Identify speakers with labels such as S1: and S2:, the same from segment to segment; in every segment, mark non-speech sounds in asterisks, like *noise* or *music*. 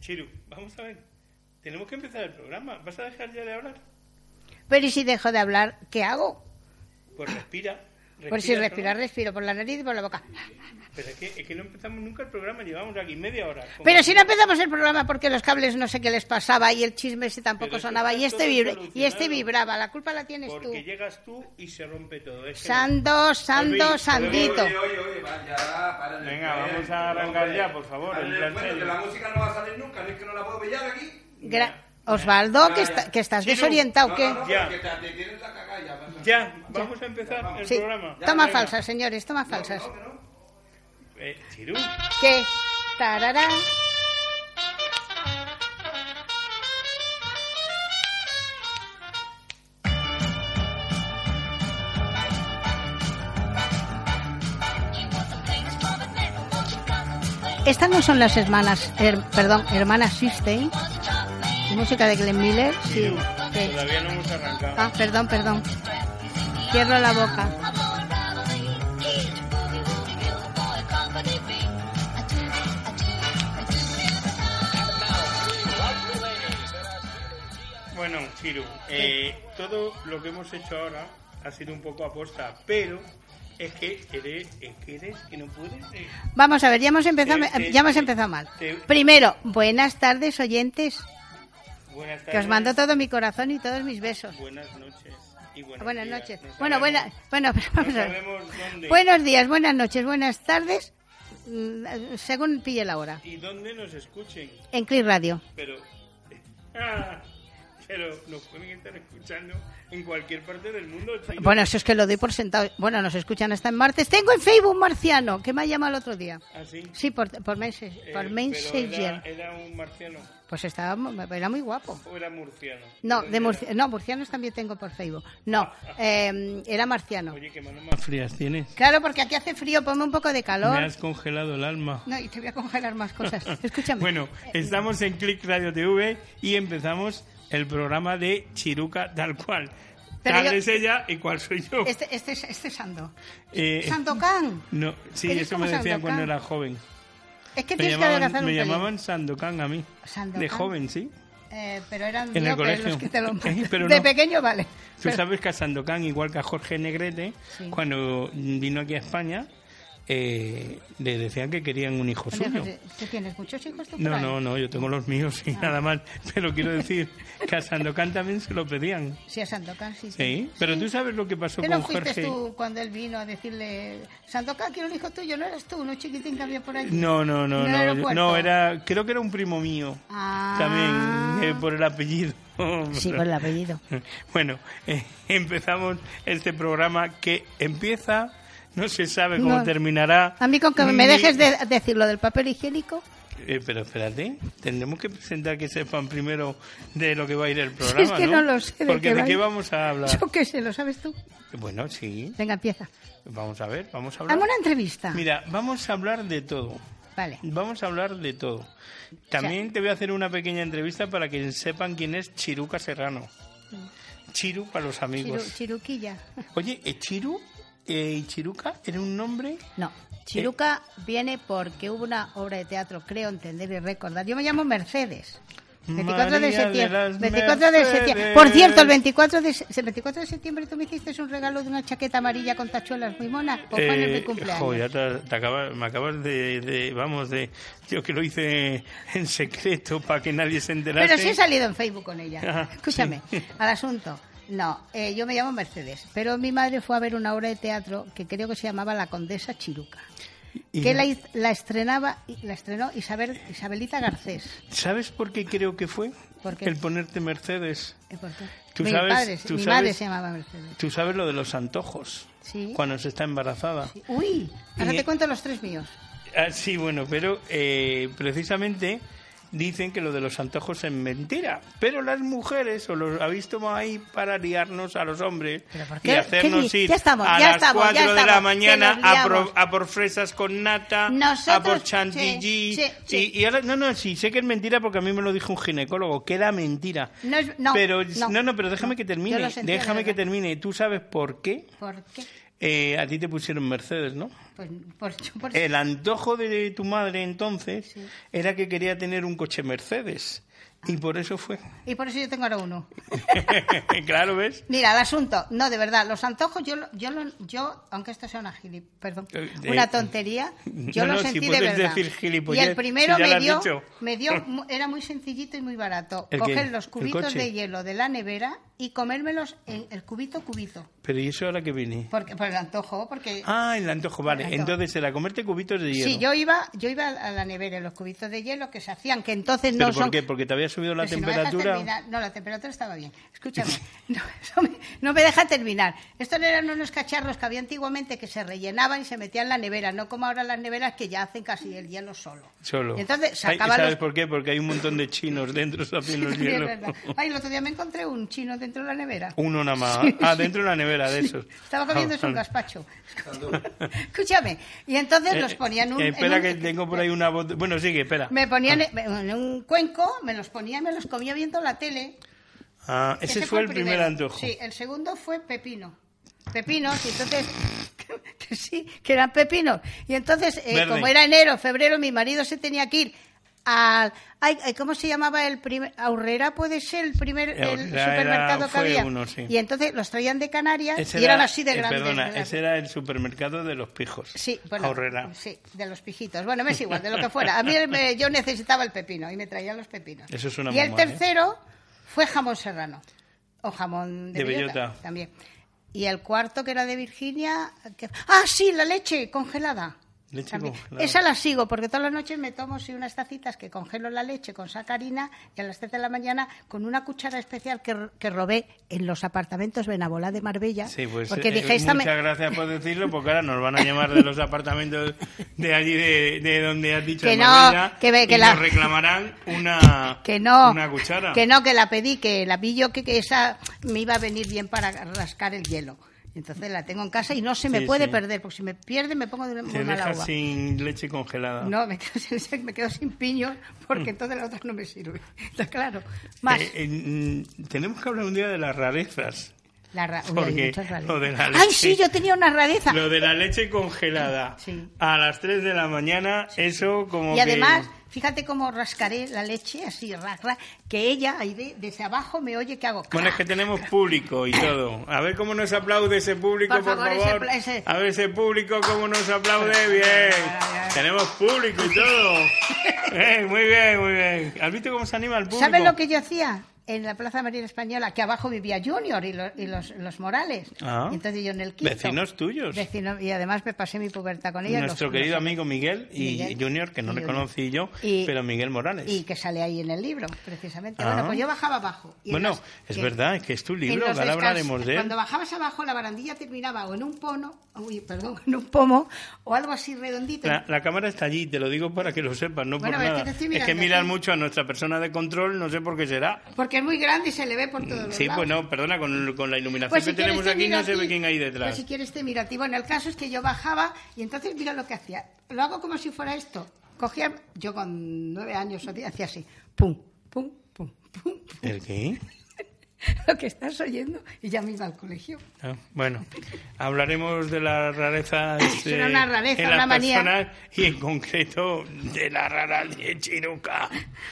S1: Chiru, vamos a ver. Tenemos que empezar el programa. ¿Vas a dejar ya de hablar?
S2: Pero ¿y si dejo de hablar, qué hago?
S1: Pues respira. respira
S2: Pues si
S1: ¿no?
S2: respirar, respiro por la nariz y por la boca.
S1: Pero es que, es que no empezamos nunca el programa, llevamos aquí media hora. Como-
S2: Pero si no empezamos el programa porque los cables no sé qué les pasaba y el chisme ese
S1: Pero
S2: tampoco
S1: eso
S2: sonaba
S1: está
S2: y este,
S1: todo
S2: vibra, y
S1: solucionado.
S2: este vibraba, la culpa la tienes tú.
S1: Porque llegas tú y se rompe todo. Es que no.
S2: Sando,
S1: Alvin,
S2: sando, sandito.
S3: Oye, oye, oye, va, ya, para el
S1: Venga,
S3: cuento,
S1: vamos a arrancar
S3: hombre.
S1: ya, por favor,
S3: Para
S1: el
S3: el cuento,
S1: plantel.
S3: que la música no va a salir nunca, no es que no la puedo pillar aquí.
S2: Gra- Osvaldo, que, está- que estás
S1: Chiru.
S2: desorientado,
S3: No,
S2: ¿qué?
S3: no, no,
S1: Ya.
S3: porque te, te tienes la cagada ya. pasa.
S1: Ya, vamos a empezar el
S2: Sí,
S1: programa.
S2: toma
S1: Venga.
S2: falsas, señores, toma falsas.
S3: No, que no.
S1: Eh, Chiru,
S2: ¿Qué? Tarará. Estas no son las hermanas, her- perdón, hermanas Sistey, música de Glenn Miller. Sí.
S1: Chiru,
S2: ¿Qué?
S1: todavía no hemos arrancado.
S2: Ah, perdón, perdón. Cierro la boca.
S1: Bueno, Chiru, eh, todo lo que hemos hecho ahora ha sido un poco aposta, pero es que eres, es que eres, que no puedes. eh.
S2: Vamos a ver, ya hemos empezado,
S1: Eh, eh,
S2: ya hemos
S1: eh,
S2: empezado mal.
S1: eh.
S2: Primero, buenas tardes oyentes,
S1: Buenas tardes.
S2: que os mando todo mi corazón y todos mis besos.
S1: Buenas noches. Y buenos
S2: Buenas
S1: días.
S2: noches.
S1: No
S2: Bueno,
S1: sabemos-
S2: *laughs* buena, bueno, pero
S1: no
S2: vamos a ver.
S1: sabemos dónde.
S2: Buenos días, buenas noches, buenas tardes, mm, según pille la hora.
S1: Y dónde nos escuchen.
S2: En Click Radio.
S1: Pero. *laughs* Ah, pero nos pueden estar escuchando en cualquier parte del mundo, Chiru.
S2: Bueno, eso es que lo doy por sentado. Bueno, nos escuchan hasta en martes. Tengo en Facebook Marciano, que me ha llamado el otro día.
S1: Así.
S2: Sí, por, por, Messenger-
S1: Ah, Eh,
S2: por
S1: pero
S2: Messenger.
S1: Era, era un marciano
S2: Pues estaba, mu- era muy guapo.
S1: o era murciano.
S2: No,
S1: ¿Dónde
S2: de
S1: era?
S2: Murcia, no, murcianos también tengo por Facebook. No, eh, era marciano.
S1: Oye, qué manos más frías tienes.
S2: Claro, porque aquí hace frío, ponme un poco de
S1: Me
S2: calor.
S1: has congelado el alma.
S2: No, y te voy a congelar
S1: *laughs*
S2: más cosas. Escúchame. Eh,
S1: Bueno, estamos en Click Radio TV y empezamos el programa de Chiruca tal cual.
S2: Pero
S1: tal
S2: yo-
S1: es ella y cuál soy yo.
S2: Este, este, es- este es Sando.
S1: Eh,
S2: Sandokan.
S1: no, sí,
S2: Eres
S1: eso
S2: como
S1: me decían
S2: Sandokan.
S1: cuando era joven.
S2: Es que
S1: Me
S2: tienes que adelgazar
S1: llamaban,
S2: un
S1: me
S2: pelín.
S1: llamaban Sandokan a mí.
S2: Sandokan.
S1: De joven, sí.
S2: Eh, pero eran
S1: en el
S2: miopes
S1: colegio.
S2: los
S1: *laughs*
S2: que te lo
S1: Eh, pero
S2: De
S1: no.
S2: pequeño, vale.
S1: Tú
S2: Pero-
S1: sabes que a Sandokan, igual que a Jorge Negrete,
S2: Sí.
S1: cuando vino aquí a España, eh, le decían que querían un hijo
S2: Oye,
S1: suyo.
S2: José, ¿Tú tienes muchos hijos tú por
S1: No,
S2: ahí?
S1: no, no, yo tengo los míos y
S2: Ah.
S1: nada más. Pero quiero decir que a Sandokan también se lo pedían.
S2: Sí, a Sandokan, sí. sí.
S1: Sí, pero tú sabes lo que pasó
S2: ¿Qué
S1: con
S2: no fuiste
S1: Jorge.
S2: tú cuando él vino a decirle, Sandokan, quiero un hijo tuyo? ¿No eras tú, uno chiquitín que había por ahí?
S1: No, no, no,
S2: en el
S1: no, yo-
S2: aeropuerto?
S1: no, era, creo que era un primo mío
S2: Ah.
S1: también eh, pues, por el apellido.
S2: Sí, por el apellido.
S1: *laughs* Bueno, eh, empezamos este programa que empieza, no se sabe cómo
S2: No.
S1: terminará.
S2: A mí con que me
S1: Ni-
S2: dejes de decir lo del papel higiénico.
S1: Eh, pero espérate, tendremos que presentar que sepan primero de lo que va a ir el
S2: Si
S1: programa.
S2: *laughs* es que no, lo sé. ¿de
S1: Porque de
S2: va
S1: qué
S2: ir?
S1: vamos a hablar.
S2: Yo qué sé, lo sabes tú.
S1: Bueno, sí,
S2: Venga, empieza.
S1: vamos a ver, vamos a hablar.
S2: Hazme una entrevista.
S1: Mira, vamos a hablar de todo.
S2: Vale.
S1: Vamos a hablar de todo. También te voy a hacer una pequeña entrevista para que sepan quién es Chiruca Serrano. Chiru para los
S2: Mm. Chiru-
S1: amigos.
S2: chiruquilla. *laughs*
S1: Oye, eh, Chiru eh, y Chiruca era un nombre.
S2: No. Chiruca viene porque hubo una obra de teatro, creo entender y recordar. Yo me llamo Mercedes. 24 de
S1: María de
S2: septiembre.
S1: las
S2: 24 de septiembre.
S1: Mercedes.
S2: Por cierto, el 24 de, se- 24 de septiembre tú me hiciste un regalo de una chaqueta amarilla con tachuelas muy monas. Pues fue en mi
S1: Eh,
S2: cumpleaños.
S1: jo, ya te- te acabas- me acabas de, de- Vamos, de. Yo que lo hice en secreto para que nadie se enterase.
S2: Pero sí he salido en Facebook
S1: *laughs*
S2: con ella.
S1: Ajá,
S2: Escúchame,
S1: Ah, sí.
S2: al asunto. No, eh, yo me llamo Mercedes, pero mi madre fue a ver una obra de teatro que creo que se llamaba La Condesa Chiruca,
S1: Y-
S2: que la, hiz- la estrenaba, la estrenó Isabel, Isabelita Garcés.
S1: ¿Sabes por qué creo que fue?
S2: ¿Por qué?
S1: El ponerte Mercedes.
S2: Eh, ¿por qué?
S1: Tú
S2: mi
S1: sabes-
S2: padre-
S1: tú
S2: mi
S1: sabes-
S2: madre se llamaba Mercedes.
S1: Tú sabes lo de los antojos.
S2: Sí.
S1: Cuando se está embarazada.
S2: Uy, ahora
S1: Y-
S2: te cuento los tres míos.
S1: Ah, sí, bueno, pero eh, precisamente dicen que lo de los antojos es mentira. Pero las mujeres os los habéis tomado ahí para liarnos a los hombres
S2: ¿Pero por
S1: y
S2: qué?
S1: hacernos
S2: ¿Qué di-
S1: ir
S2: ya estamos,
S1: a
S2: ya
S1: las
S2: estamos, ya
S1: 4 de la
S2: estamos,
S1: mañana
S2: que nos
S1: a por,
S2: liamos.
S1: a por fresas con nata, a
S2: Nosotros-
S1: por chantilly.
S2: sí, sí, sí.
S1: Y, y ahora, no, no, sí, sé que es mentira porque a mí me lo dijo un ginecólogo, que era mentira.
S2: No es- no,
S1: pero,
S2: no.
S1: no, pero déjame
S2: No,
S1: que
S2: yo
S1: termine.
S2: los entiendo,
S1: déjame que
S2: ¿verdad?
S1: termine. ¿Tú sabes por qué?
S2: ¿Por qué?
S1: Eh, a ti te pusieron Mercedes, ¿no?
S2: Pues, por, yo por-
S1: El antojo de tu madre entonces
S2: Sí. Ah.
S1: era que quería tener un coche Mercedes. Y por eso fue. *laughs*
S2: Y por eso yo tengo ahora uno.
S1: claro, ¿ves?
S2: Mira, el asunto, no, de verdad, los antojos, yo, lo- yo, lo- yo aunque esto sea una gili, perdón,
S1: Eh, eh,
S2: una
S1: *laughs*
S2: tontería, yo
S1: no,
S2: lo
S1: no, si
S2: sentí de
S1: puedes
S2: verdad.
S1: decir
S2: y
S1: gilipollez,
S2: el primero
S1: si ya lo
S2: me
S1: has
S2: dio,
S1: dicho.
S2: me dio,
S1: *laughs*
S2: mu- era muy sencillito y muy barato,
S1: ¿El qué?
S2: coger los
S1: ¿El
S2: cubitos
S1: coche?
S2: de hielo de la nevera y comérmelos en el cubito cubito,
S1: Pero ¿y eso ahora que viene?
S2: porque por el antojo, porque
S1: Ah, el antojo, vale.
S2: El antojo.
S1: Entonces era comerte cubitos de hielo.
S2: sí, yo iba, yo iba a la nevera y los cubitos de hielo que se hacían, que entonces
S1: ¿Pero
S2: no
S1: por
S2: son
S1: qué? ¿Porque te había subido la
S2: Pero si no me dejas
S1: temperatura?
S2: terminar- no, la temperatura estaba bien. Escúchame, *laughs* no, no me, no me deja terminar. Estos eran unos cacharros que había antiguamente que se rellenaban y se metían en la nevera, no como ahora las neveras que ya hacen casi el hielo solo.
S1: Solo.
S2: Y entonces
S1: Ay,
S2: sacaban
S1: ¿Sabes
S2: los...
S1: por qué? Porque hay un montón de chinos dentro haciendo los
S2: *laughs* Sí, es
S1: hielos.
S2: verdad. Ay, el otro día me encontré un chino dentro de la nevera.
S1: Uno nada más. ah, dentro de la nevera de esos.
S2: Estaba comiéndose un
S1: Ah,
S2: gazpacho. *laughs* Escúchame. Y entonces los
S1: eh,
S2: ponían un,
S1: eh,
S2: en
S1: espera
S2: un-
S1: que tengo Ah. por ahí una voz... Bueno, sigue, espera.
S2: Me ponían en en un cuenco, me los ponía y me los comía viendo la tele.
S1: Ah, ese, fue, el primer
S2: primero.
S1: antojo.
S2: Sí, el segundo fue pepino. Pepinos, y entonces. *laughs* que sí, que eran pepinos. Y entonces, eh,
S1: Verde.
S2: como era enero, febrero, mi marido se tenía que ir al. ay, ay, ¿Cómo se llamaba el primer? Aurrera puede ser el primer el
S1: Aurrera era-
S2: supermercado que
S1: fue
S2: había.
S1: uno, sí.
S2: Y entonces los traían de Canarias
S1: Ese
S2: y eran
S1: era-
S2: así de
S1: eh,
S2: grandes.
S1: Perdona,
S2: de
S1: ese era el supermercado de los pijos.
S2: Sí, bueno,
S1: Aurrera.
S2: sí, de los pijitos. Bueno, me es igual, de lo que fuera. A mí eh, yo necesitaba el pepino y me traían los pepinos.
S1: Eso es una
S2: y el
S1: mamada, ¿eh?
S2: tercero fue jamón serrano o jamón de,
S1: De
S2: bellota,
S1: bellota.
S2: también. Y el cuarto que era de Virginia, que- ah, sí, la leche congelada.
S1: Leche
S2: También.
S1: congelada.
S2: Esa la sigo porque todas las noches me tomo sí, unas tacitas que congelo la leche con sacarina y a las 3 de la mañana con una cuchara especial que, que robé en los apartamentos Benavolá de Marbella.
S1: Sí, pues
S2: porque
S1: eh,
S2: dije, esta me-
S1: muchas gracias por decirlo, porque ahora nos van a llamar de los apartamentos de allí de, de donde has dicho
S2: Que
S1: en
S2: no,
S1: Marbella,
S2: que ve- que
S1: y
S2: la-
S1: nos reclamarán una
S2: *laughs* que no
S1: una cuchara.
S2: que no que la pedí que la vi yo que, que esa me iba a venir bien para rascar el hielo entonces la tengo en casa y no se me
S1: Sí,
S2: puede
S1: sí.
S2: perder porque si me pierde me pongo de una
S1: Te
S2: muy mala
S1: dejas
S2: uva
S1: sin leche congelada.
S2: no me quedo, *laughs* sin, me quedo sin piños porque entonces la otra no me sirve está claro más
S1: Mm. Eh, eh, mm, tenemos que hablar un día de las rarezas.
S2: la ra- uy, hay
S1: porque
S2: muchas rarezas.
S1: lo de la
S2: ay
S1: leche-
S2: sí yo tenía una rareza
S1: Lo de la leche congelada
S2: Sí.
S1: a las 3 de la mañana, eso como
S2: y
S1: que-
S2: además fíjate cómo rascaré la leche así ra, ra, que ella ahí de- desde abajo me oye que hago
S1: Bueno, es que tenemos público y todo. A ver cómo nos aplaude ese público, por
S2: Por
S1: favor.
S2: favor, ese pla- ese-
S1: A ver ese público cómo nos aplaude. Bien. Tenemos público y todo. Eh, muy bien, muy bien. ¿Has visto cómo se anima el público?
S2: ¿Sabes lo que yo hacía? En la Plaza Marina Española, que abajo vivía Junior y, lo- y los, los Morales.
S1: Ah.
S2: Y entonces yo en el quinto.
S1: Vecinos tuyos.
S2: Vecino- y además me pasé mi pubertad con ellos.
S1: Nuestro
S2: los-
S1: querido
S2: los-
S1: amigo Miguel y
S2: Miguel.
S1: Junior, que no
S2: Y
S1: le
S2: Junior.
S1: conocí yo,
S2: Y-
S1: pero Miguel Morales.
S2: Y que sale ahí en el libro, precisamente.
S1: Ah.
S2: Bueno, pues yo bajaba abajo. y en
S1: bueno,
S2: las-
S1: es
S2: que-
S1: verdad, es que es tu
S2: en
S1: libro,
S2: los
S1: ahora hablaremos
S2: descansos,
S1: de él.
S2: Cuando bajabas abajo, la barandilla terminaba o en un pono, uy, perdón, *laughs* en un pomo, o algo así redondito.
S1: La, la cámara está allí, te lo digo para que lo sepas, no
S2: Bueno,
S1: por
S2: es que
S1: nada.
S2: te estoy
S1: es que
S2: mirando
S1: miran
S2: aquí.
S1: mucho a nuestra persona de control, no sé por qué será.
S2: Porque es muy grande y se le ve por todos los
S1: Sí,
S2: lados.
S1: pues no, perdona, con, con la iluminación
S2: Pues
S1: que
S2: si quieres
S1: tenemos
S2: te
S1: aquí
S2: miro
S1: no
S2: a
S1: se ve
S2: ti.
S1: quién hay
S2: Pues
S1: detrás.
S2: si quieres te miro a ti. Bueno, el caso es que yo bajaba y entonces mira lo que hacía. Lo hago como si fuera esto. Cogía, yo con nueve años o diez, hacía así. Pum, pum, pum, pum. *laughs*
S1: ¿El qué?
S2: Lo que estás oyendo y ya me iba al colegio.
S1: Ah, bueno, hablaremos de las
S2: *laughs*
S1: rarezas eh,
S2: Eso era una rareza,
S1: en las
S2: una manía.
S1: personas y en concreto de la rara de Chiruca.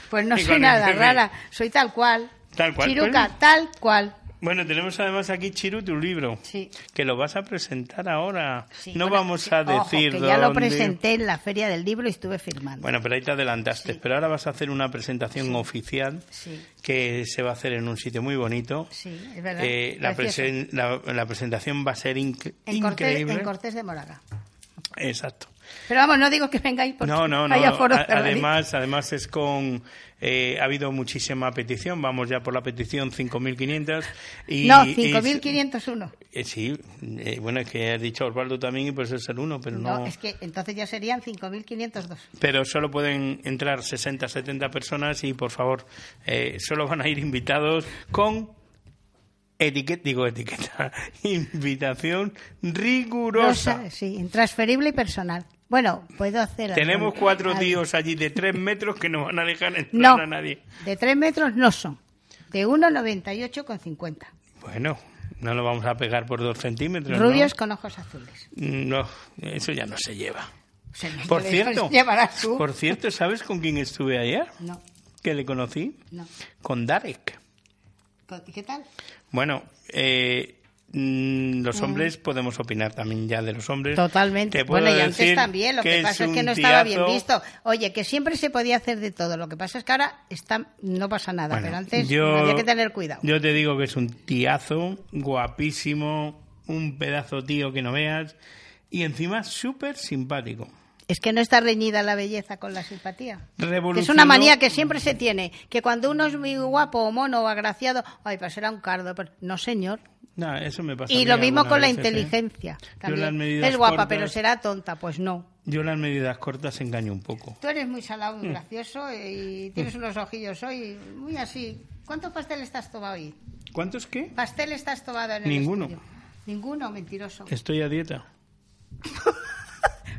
S2: Pues no
S1: Y
S2: soy
S1: con
S2: nada
S1: el bebé.
S2: rara, soy tal cual.
S1: Tal cual,
S2: Chiruca,
S1: pues.
S2: tal cual.
S1: Bueno, tenemos además aquí, Chiru, tu libro,
S2: Sí.
S1: que lo vas a presentar ahora.
S2: Sí,
S1: no
S2: bueno,
S1: vamos
S2: sí,
S1: a
S2: ojo,
S1: decir
S2: que ya lo
S1: dónde.
S2: presenté en la feria del libro y estuve firmando.
S1: Bueno, pero ahí te adelantaste. Pero ahora vas a hacer una presentación oficial
S2: Sí.
S1: que se va a hacer en un sitio muy bonito.
S2: Sí, es verdad,
S1: Eh, la,
S2: precioso.
S1: presen- la- la presentación va a ser inc-
S2: en, Cortés,
S1: increíble.
S2: en Cortés de Moraga.
S1: Exacto.
S2: Pero vamos, no digo que vengáis porque
S1: No, no, no.
S2: hay
S1: no.
S2: aforo ¿eh?
S1: A-
S2: cerradito.
S1: además, además es con eh, ha habido muchísima petición. Vamos ya por la petición 5.500 y
S2: No,
S1: y-
S2: 5.501.
S1: eh, sí, eh, bueno es que has dicho Osvaldo también y por eso es el uno, pero no.
S2: No, es que entonces ya serían 5.502.
S1: Pero solo pueden entrar 60, 70 personas y por favor eh, solo van a ir invitados con etiqueta, digo etiqueta, *laughs* invitación rigurosa.
S2: Rosa, sí, intransferible y personal. Bueno, puedo hacer... algún-
S1: Tenemos cuatro
S2: algo.
S1: tíos allí de tres metros que no van a dejar entrar
S2: No,
S1: a nadie.
S2: de 3 metros no son. De 1,98,50.
S1: Bueno, no lo vamos a pegar por dos centímetros. ¿no?
S2: Rubios con ojos azules.
S1: No, eso ya no se lleva.
S2: Se los
S1: Por
S2: lle-
S1: cierto,
S2: los llevarás tú.
S1: por cierto, ¿sabes con quién estuve ayer?
S2: No,
S1: Que le conocí.
S2: no.
S1: Con Darek.
S2: Co- ¿Qué tal?
S1: Bueno, eh, mm, los hombres podemos opinar también ya de los hombres.
S2: Totalmente.
S1: Te puedo
S2: Bueno, y antes
S1: decir
S2: también, lo que, pasa es que
S1: un
S2: no estaba bien
S1: tiazo.
S2: visto. Oye, que siempre se podía hacer de todo. Lo que pasa es que ahora está, no pasa nada,
S1: Bueno,
S2: pero antes
S1: yo-
S2: había que tener cuidado.
S1: Yo te digo que es un tiazo, guapísimo, un pedazo tío que no veas, y encima súper simpático.
S2: Es que no está reñida la belleza con la simpatía. Que
S1: Revolucionó-
S2: es una manía que siempre se tiene, que cuando uno es muy guapo o mono o agraciado, ay, pues era un cardo, pero no señor.
S1: No, eso me pasa a
S2: Y
S1: mí
S2: lo mismo
S1: algunas
S2: con la
S1: veces, ¿eh?
S2: inteligencia. también.
S1: las medidas
S2: Es guapa,
S1: cortas-
S2: pero será tonta, pues no.
S1: Yo las medidas cortas engaño un poco.
S2: Tú eres muy salado,
S1: Mm.
S2: muy gracioso eh, y tienes unos ojillos hoy muy así. ¿Cuántos pasteles te has tomado hoy?
S1: ¿Cuántos qué?
S2: ¿Pasteles te has tomado en el
S1: Ninguno.
S2: estudio? Ninguno, mentiroso.
S1: Estoy a dieta.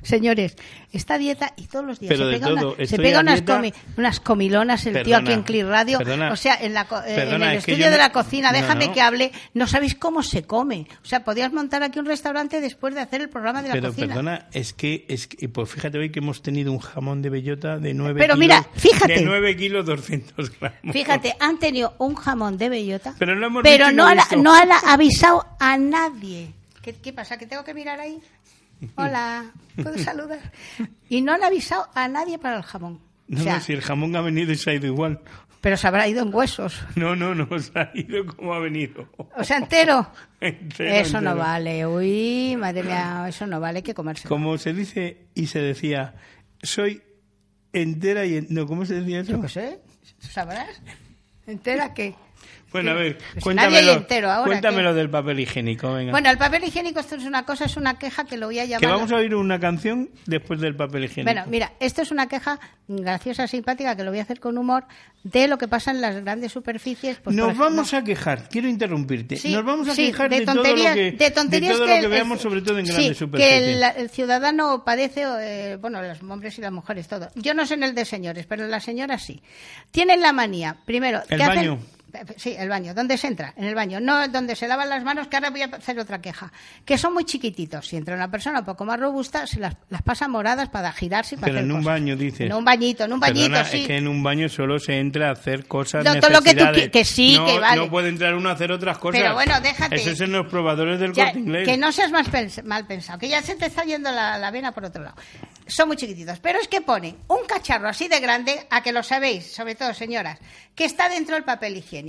S2: Señores, esta dieta y todos los días
S1: Pero
S2: se
S1: de
S2: pega,
S1: todo,
S2: una- se
S1: estoy
S2: pega
S1: a
S2: unas,
S1: dieta-
S2: comi- unas comilonas el tío
S1: Perdona,
S2: aquí en Clear Radio,
S1: perdona,
S2: o sea, en, la co- eh,
S1: perdona,
S2: en el
S1: es que yo
S2: estudio de
S1: no-
S2: la cocina,
S1: no,
S2: déjame
S1: no.
S2: que hable, no sabéis cómo se come. O sea, podías montar aquí un restaurante después de hacer el programa de la
S1: Pero
S2: cocina.
S1: perdona, es que, es que- pues fíjate hoy que hemos tenido un jamón de bellota de 9
S2: Pero
S1: kilos.
S2: mira, fíjate.
S1: De 9 kilos 200 gramos.
S2: Fíjate, han tenido un jamón de bellota,
S1: Pero no hemos
S2: pero
S1: dicho
S2: no,
S1: ni
S2: han-
S1: visto.
S2: no han avisado a nadie. ¿Qué, qué pasa? ¿Que tengo que
S1: *laughs*
S2: mirar ahí? Hola, ¿puedo saludar? Y no han avisado a nadie para el jamón. O
S1: No,
S2: sea,
S1: no, si el jamón ha venido y se ha ido igual.
S2: Pero se habrá ido en huesos.
S1: *laughs* No, no, no, se ha ido como ha venido. *laughs*
S2: O sea, entero.
S1: Entero,
S2: Eso no
S1: entero.
S2: vale. Uy, madre mía, eso no vale hay que comerse.
S1: Como se dice y se decía, soy entera y... en- No, ¿cómo se decía eso?
S2: Yo qué sé, ¿tú sabrás? ¿Entera qué?
S1: Bueno, a ver,
S2: Pues nadie
S1: cuéntamelo,
S2: hay entero ahora,
S1: cuéntamelo
S2: ¿qué?
S1: del papel higiénico, venga.
S2: Bueno, el papel higiénico, esto es una cosa, es una queja que lo voy a llamar.
S1: que vamos a oír una canción después del papel higiénico.
S2: Bueno, mira, esto es una queja graciosa, simpática, que lo voy a hacer con humor, de lo que pasa en las grandes superficies. Pues,
S1: nos
S2: por ejemplo-
S1: vamos a quejar, quiero interrumpirte.
S2: Sí,
S1: nos vamos a
S2: sí,
S1: quejar de,
S2: tonterías-
S1: todo lo que,
S2: de tonterías
S1: de todo
S2: que
S1: lo que
S2: el-
S1: veamos, sobre todo en
S2: sí,
S1: grandes superficies.
S2: Que el, el ciudadano padece, eh, bueno, los hombres y las mujeres, todo. Yo no sé en el de señores, pero en las señoras sí. Tienen la manía, primero,
S1: El
S2: que hacen-
S1: baño.
S2: Sí, el baño. ¿Dónde se entra? En el baño. No donde se lavan las manos, que ahora voy a hacer otra queja. Que son muy chiquititos. Si entra una persona un poco más robusta, se las, las pasa moradas para girarse y para
S1: Pero en
S2: hacer
S1: un
S2: cosas.
S1: baño, dices.
S2: En un bañito, en un bañito,
S1: Perdona,
S2: sí.
S1: es que en un baño solo se entra a hacer cosas
S2: No, todo lo que tú
S1: necesidades.
S2: qui- que sí,
S1: no,
S2: que vale.
S1: No puede entrar uno a hacer otras cosas.
S2: Pero bueno, déjate.
S1: Eso es en los probadores del
S2: Ya,
S1: corte inglés.
S2: que no seas más pens- mal pensado, que ya se te está yendo la, la vena por otro lado. Son muy chiquititos, pero es que pone un cacharro así de grande, a que lo sabéis, sobre todo señoras, que está dentro del papel higiénico.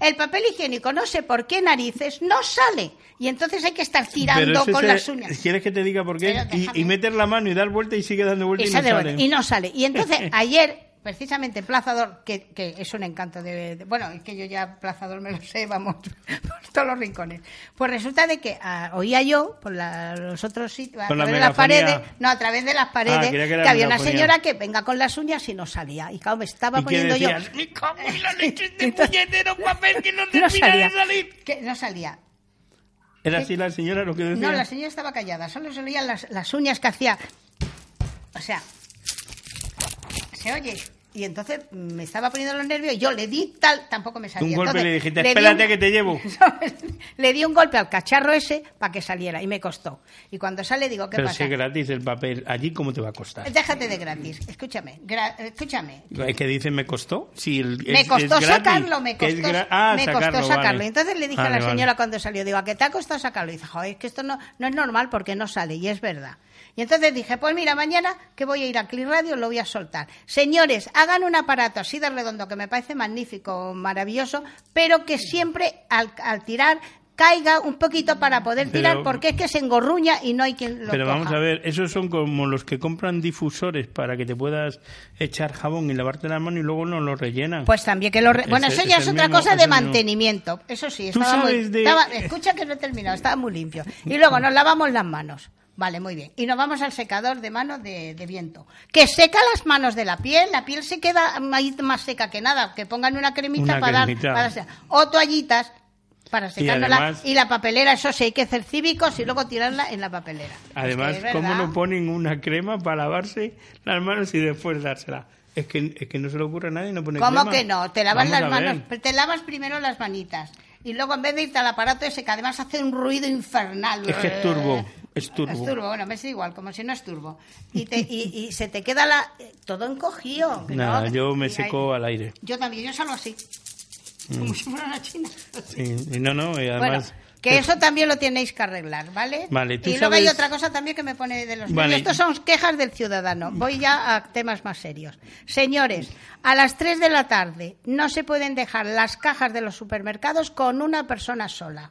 S2: El papel higiénico, no sé por qué narices, no sale. Y entonces hay que estar
S1: Pero
S2: tirando
S1: eso
S2: con
S1: te-
S2: las uñas.
S1: ¿Quieres que te diga por qué?
S2: Pero
S1: Y,
S2: déjame.
S1: y meter la mano y dar vuelta y sigue dando vuelta y,
S2: Y
S1: no
S2: sale, bueno,
S1: sale.
S2: y no sale.
S1: *laughs*
S2: Y entonces ayer, precisamente en Plazador, que, que es un encanto de, de- Bueno, es que yo ya Plazador me lo sé, vamos, *laughs* por todos los rincones. Pues resulta de que ah, oía yo, por la- los otros sitios, a
S1: Con la
S2: través de las
S1: megafonía. Ah,
S2: paredes, no, a través de las paredes,
S1: creía
S2: que,
S1: que era
S2: había una
S1: megafonía.
S2: señora que venga con las uñas y no salía. Y claro, me estaba
S1: ¿Y qué
S2: poniendo yo...
S1: decías? "Me cago en
S2: *laughs*
S1: la leche, este puñetero papel que no *laughs*
S2: No
S1: termina de
S2: salía.
S1: salir".
S2: Que no salía.
S1: ¿Era así la señora lo que decía?
S2: No, la señora estaba callada, solo se oían las, las uñas que hacía. O sea, se oye. Y entonces me estaba poniendo los nervios, yo le di tal, tampoco me salía.
S1: Un golpe
S2: Entonces,
S1: le dijiste,
S2: di
S1: "Espérate
S2: un-
S1: que te llevo".
S2: le di un golpe al cacharro ese para que saliera y me costó. Y cuando sale digo, *laughs* ¿qué
S1: Pero si
S2: pasa?
S1: es gratis el papel, allí cómo te va a costar.
S2: Déjate de gratis, escúchame, gra- escúchame.
S1: Es que dicen me costó. Si el,
S2: Me
S1: es-
S2: costó
S1: es gratis,
S2: sacarlo, me
S1: que es
S2: costó,
S1: gra- ah,
S2: me
S1: sacarlo,
S2: costó sacarlo.
S1: vale.
S2: Y Entonces le dije a
S1: Vale,
S2: la
S1: vale.
S2: señora cuando salió, digo, ¿a qué te ha costado sacarlo? Y dice, joder, es que esto no, no es normal porque no sale, y es verdad. Y entonces dije, pues mira, mañana que voy a ir a Clear Radio, lo voy a soltar. Señores, hagan un aparato así de redondo que me parece magnífico, maravilloso, pero que siempre al, al tirar caiga un poquito para poder
S1: Pero-
S2: tirar porque es que se engorruña y no hay quien lo
S1: Pero vamos
S2: coja.
S1: a ver, esos son como los que compran difusores para que te puedas echar jabón y lavarte la mano y luego no lo rellenan.
S2: Pues también que lo... re- Bueno,
S1: Ese-
S2: eso ya
S1: ese
S2: es otra
S1: mismo,
S2: cosa
S1: ese
S2: de
S1: mismo.
S2: mantenimiento. Eso sí,
S1: Tú
S2: estaba muy...
S1: sabes de-
S2: estaba- Escucha que no he terminado, estaba muy limpio. Y luego nos lavamos las manos. Vale, muy bien. Y nos vamos al secador de manos de, de viento. Que seca las manos de la piel. La piel se queda ahí más seca que nada. Que pongan una cremita
S1: Una
S2: para dar-
S1: cremita.
S2: para se- o toallitas para secarla.
S1: además-
S2: Y la papelera, eso sí, hay que hacer cívicos y luego tirarla en la papelera.
S1: Además,
S2: Es que es
S1: ¿cómo
S2: verdad.
S1: no ponen una crema para lavarse las manos y después dársela? Es que, es que no se le ocurre a nadie no poner
S2: ¿Cómo
S1: crema.
S2: que no? Te lavas
S1: Vamos
S2: las
S1: a ver.
S2: manos, te lavas primero las manitas. y luego en vez de irte al aparato ese, que además hace un ruido infernal.
S1: Es que es turbo, es turbo.
S2: *laughs* eh, Es turbo, bueno, me es igual, como si no es turbo. Y, te- y- y se te queda la, todo encogido. que
S1: Nada,
S2: no,
S1: yo me
S2: y ahí-
S1: seco al Mm. aire.
S2: Yo también, yo salgo así. Como si fuera una china.
S1: Sí, y no, no, y además...
S2: bueno, que eso también lo tenéis que arreglar, ¿vale?
S1: Vale, tú
S2: y luego hay
S1: sabes-
S2: otra cosa también que me pone de los nervios.
S1: Vale.
S2: Estos son quejas del ciudadano. Voy ya a temas más serios. Señores, a las 3 de la tarde no se pueden dejar las cajas de los supermercados con una persona sola.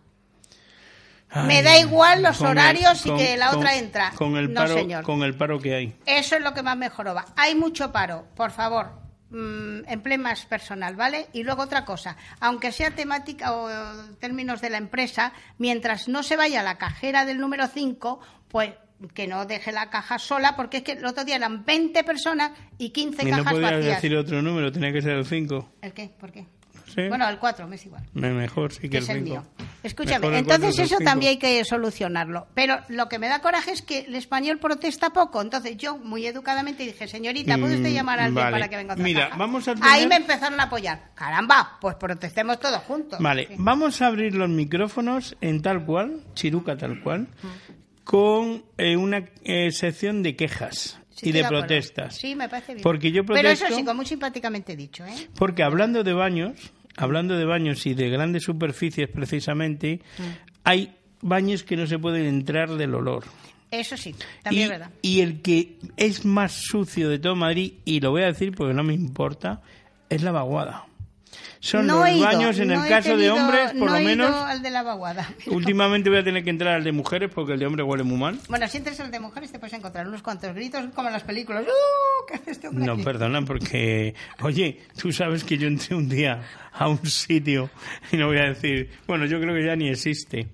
S1: Ay,
S2: me da igual los
S1: con el-
S2: horarios y
S1: con-
S2: que la
S1: con-
S2: otra entra.
S1: Con el,
S2: No,
S1: paro,
S2: señor.
S1: con el paro que hay.
S2: Eso es lo que más mejoró. va. Hay mucho paro, por favor. mm, empleen más personal, ¿vale? Y luego otra cosa, aunque sea temática o eh, términos de la empresa, mientras no se vaya la cajera del número 5, pues que no deje la caja sola, porque es que el otro día eran 20 personas y 15
S1: Y no
S2: cajas
S1: podías
S2: vacías.
S1: decir ¿Eh? otro número, tenía que ser el 5.
S2: ¿El qué? ¿Por qué?
S1: Sí.
S2: Bueno, el 4, me es igual.
S1: Me- mejor sí que,
S2: que es el
S1: cinco.
S2: mío. Escúchame,
S1: Mejor el cuatro
S2: entonces
S1: que el
S2: eso
S1: cinco.
S2: también hay que solucionarlo. Pero lo que me da coraje es que el español protesta poco. Entonces yo muy educadamente dije, señorita, ¿puede usted
S1: Mm,
S2: llamar a alguien
S1: vale.
S2: para que venga otra
S1: Mira,
S2: caja?".
S1: vamos a
S2: Ahí
S1: tener-
S2: me empezaron a apoyar. Caramba, pues protestemos todos juntos.
S1: Vale,
S2: Sí.
S1: vamos a abrir los micrófonos en tal cual, chiruca tal cual, con eh, una eh, sección de quejas y
S2: Sí, estoy
S1: de
S2: acuerdo.
S1: protestas.
S2: Sí, me parece bien.
S1: Porque yo
S2: Pero eso
S1: protesto-
S2: sí, como muy simpáticamente dicho, ¿eh?
S1: Porque hablando de baños, hablando de baños y de grandes superficies precisamente,
S2: Mm.
S1: hay baños que no se pueden entrar del olor.
S2: Eso sí, también
S1: y,
S2: es verdad.
S1: y el que es más sucio de todo Madrid, y lo voy a decir porque no me importa, es la vaguada. Son
S2: No he
S1: los
S2: ido,
S1: baños, en
S2: no
S1: el
S2: he
S1: caso de
S2: tenido-
S1: hombres, por
S2: no
S1: lo
S2: he ido
S1: menos.
S2: al de la vaguada. *laughs*
S1: Últimamente voy a tener que entrar al de mujeres porque el de hombres huele muy mal.
S2: Bueno, si entras al de mujeres te puedes encontrar unos cuantos gritos como en las películas. ¡Uh! ¿Qué haces tú por
S1: No,
S2: aquí?
S1: perdona, porque, oye, tú sabes que yo entré un día a un sitio, y no voy a decir, bueno, yo creo que ya ni existe,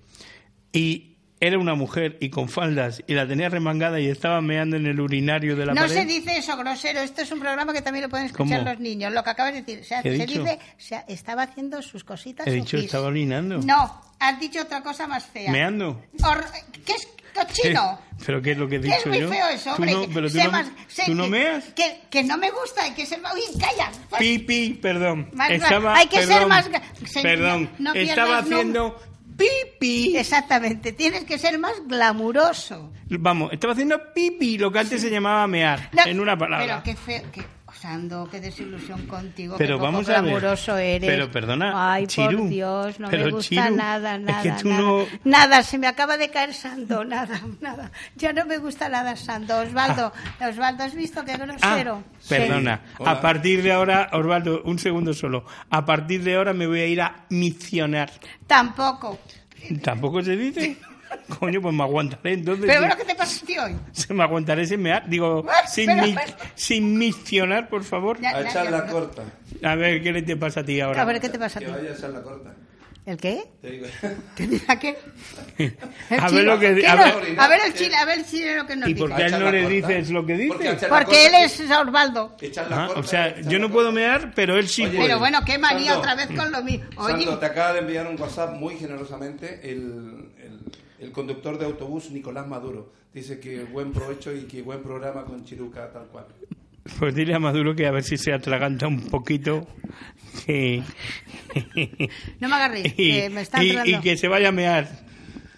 S1: y era una mujer y con faldas, y la tenía remangada y estaba meando en el urinario de la
S2: no
S1: pared.
S2: se dice eso, grosero. Esto es un programa que también lo pueden escuchar
S1: ¿Cómo?
S2: los niños. Lo que acabas de decir. O sea,
S1: ¿Qué he
S2: se
S1: dicho?
S2: dice, o sea, estaba haciendo sus cositas.
S1: He
S2: su
S1: dicho,
S2: pis.
S1: estaba orinando.
S2: No, has dicho otra cosa más fea.
S1: Meando.
S2: Hor- ¿Qué es cochino?
S1: *laughs* ¿Pero qué es lo que he
S2: ¿Qué
S1: dicho
S2: es muy
S1: yo?
S2: feo eso,
S1: Tú
S2: hombre?
S1: no-
S2: que
S1: pero tú
S2: sea
S1: no,
S2: más- sé
S1: ¿tú no
S2: que-
S1: meas.
S2: Que, que no me gusta y que ser... ¡Uy, calla! pues.
S1: Pipi, perdón.
S2: Más-
S1: Estaba-
S2: hay que ser
S1: perdón,
S2: más ga- señor,
S1: Perdón,
S2: no pierdas
S1: estaba
S2: nunca-
S1: haciendo pipi.
S2: Exactamente. Tienes que ser más glamuroso.
S1: Vamos, estaba haciendo pipi, lo que antes se llamaba mear,
S2: No,
S1: en una palabra.
S2: Pero qué feo... qué- Osando, qué desilusión contigo.
S1: Pero
S2: qué poco
S1: vamos a ver.
S2: glamuroso eres.
S1: Pero perdona,
S2: Ay,
S1: Chiru,
S2: por Dios, no me
S1: pero
S2: gusta
S1: Chiru,
S2: nada,
S1: es
S2: nada.
S1: que tú
S2: nada.
S1: no-
S2: Nada, se me acaba de caer Sando, *laughs* nada, nada. Ya no me gusta nada Sando. Osvaldo, Osvaldo, ¿has visto qué grosero?
S1: Ah, perdona.
S3: Sí.
S1: A partir de ahora, Osvaldo, un segundo solo. A partir de ahora me voy a ir a misionar.
S2: Tampoco.
S1: ¿Tampoco se
S2: *laughs*
S1: dice? Coño, pues me aguantaré entonces.
S2: Pero bueno, ¿qué te pasa a ti hoy?
S1: Se me aguantaré sin mear. Digo,
S2: Ah,
S1: sin,
S2: pero-
S1: mi- sin misionar, por favor.
S2: Ya,
S3: A
S2: ya,
S3: echar
S2: ya,
S3: la
S2: no.
S3: corta.
S1: A ver, ¿qué le te pasa a ti ahora?
S2: A ver, ¿qué te pasa a ti?
S3: Que vaya a echar la corta.
S2: ¿El qué?
S3: Te digo.
S2: ¿Te diga qué? El
S1: A ver
S2: chino.
S1: lo que-
S2: ¿Qué
S1: a
S2: no?
S1: ver-
S2: A ver el chile, a ver el chile lo que nos
S1: ¿Y por
S3: *laughs*
S2: dice.
S1: qué a él
S3: Echar
S1: no
S3: la
S1: le
S3: corta.
S1: dices lo que
S3: Porque
S1: dices?
S3: echar la
S2: Porque él
S3: corta-
S2: es Osvaldo.
S3: Echar la
S1: Ah,
S3: corta,
S1: o sea,
S3: echar
S1: yo
S3: la
S1: no puedo
S3: corta.
S1: mear, pero él sí
S3: Oye,
S1: puede.
S2: Pero bueno, qué manía
S3: Osvaldo.
S2: otra vez con lo mismo. Oye,
S3: Sandro, te acaba de enviar un WhatsApp muy generosamente el, el- el conductor de autobús Nicolás Maduro. Dice que buen provecho y que buen programa con Chiruca, tal cual.
S1: Pues dile a Maduro que a ver si se atraganta un poquito que-
S2: no me agarréis,
S1: y,
S2: que me está
S1: y-
S2: entrando.
S1: y que se vaya a mear.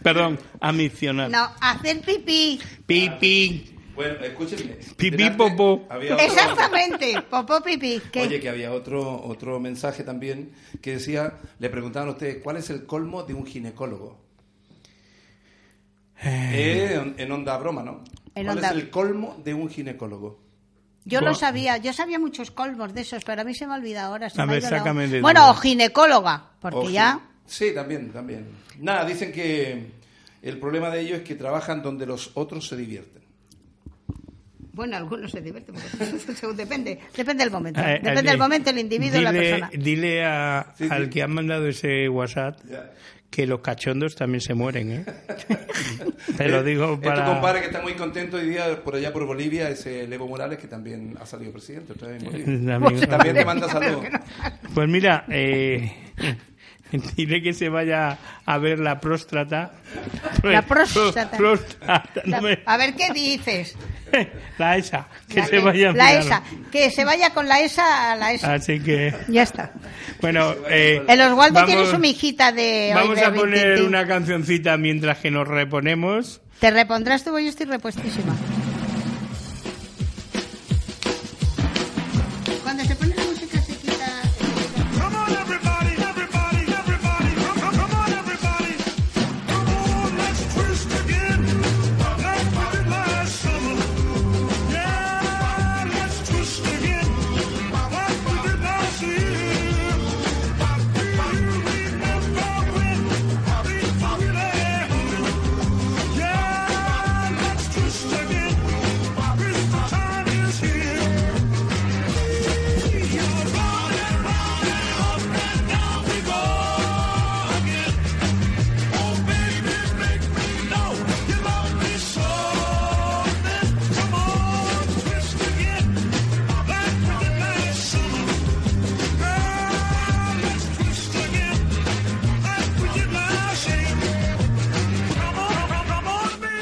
S1: Perdón, a misionar.
S2: No, hacer pipí.
S1: Pipi.
S3: Bueno, escúchenme.
S1: Pipí,
S3: Delante
S1: popó.
S3: había otro-
S2: Exactamente, popó pipí. que-
S3: Oye, que había otro, otro mensaje también que decía, le preguntaban a ustedes, ¿cuál es el colmo de un ginecólogo? Eh, en- en onda broma, ¿no?
S2: En
S3: ¿Cuál
S2: onda-
S3: es el colmo de un ginecólogo?
S2: Yo
S1: Bueno.
S2: lo sabía, yo sabía muchos colmos de esos, pero a mí se me olvida ahora. se
S1: A
S2: me ha
S1: ver,
S2: ido la onda.
S1: sácame de
S2: Bueno,
S1: duda.
S2: o ginecóloga, porque
S3: Ojo.
S2: ya.
S3: Oh, Sí, también, también. Nada, dicen que el problema de ellos es que trabajan donde los otros se divierten.
S2: Bueno, algunos se divierten, porque *laughs* según depende, depende del momento.
S1: Eh,
S2: Depende
S1: eh,
S2: del momento, el individuo y la
S1: dile-
S2: persona.
S1: Dile a-
S3: Sí, sí.
S1: al que han mandado ese WhatsApp
S3: Eh,
S1: que los cachondos también se mueren,
S2: *laughs*
S1: ¿eh? Te
S2: Eh,
S1: lo digo
S3: Es tu
S1: para...
S3: este compadre que está muy contento hoy día por allá por Bolivia, ese Levo Morales que también ha salido presidente. otra vez en
S2: *laughs*
S3: Bolivia.
S1: Amigo.
S3: *laughs* También te manda saludos.
S1: Pues mira, eh, dile que se vaya a ver la próstata. *laughs*
S2: La próstata.
S1: Próstata, no me-
S2: A ver qué dices.
S1: la ESA, que
S2: la,
S1: se vaya a Ah.
S2: la
S1: mirarlo.
S2: ESA, que se vaya con la ESA a la ESA.
S1: Así que,
S2: Ya está.
S1: bueno, eh,
S2: El Oswaldo tiene
S1: vamos-
S2: su mijita de. hoy
S1: Vamos
S2: de
S1: a poner
S2: Rintintín.
S1: una cancioncita mientras que nos reponemos.
S2: Te repondrás tú, yo estoy repuestísima. Cuando se pone la música se quita.
S4: Come on, everybody, everybody, everybody. Come, come, come on, everybody. Come on, let's twist again. Like we did last summer. Yeah, let's twist again. Like we did last year. We remember when we were really hungry. Yeah, let's twist again. Christmas time is here. We are running, running up and down we go again. Oh baby, make me know you love me so. Come on, twist again, like we did last summer. Girl, let's twist again, like we did last year. Come on, come on, come on, baby.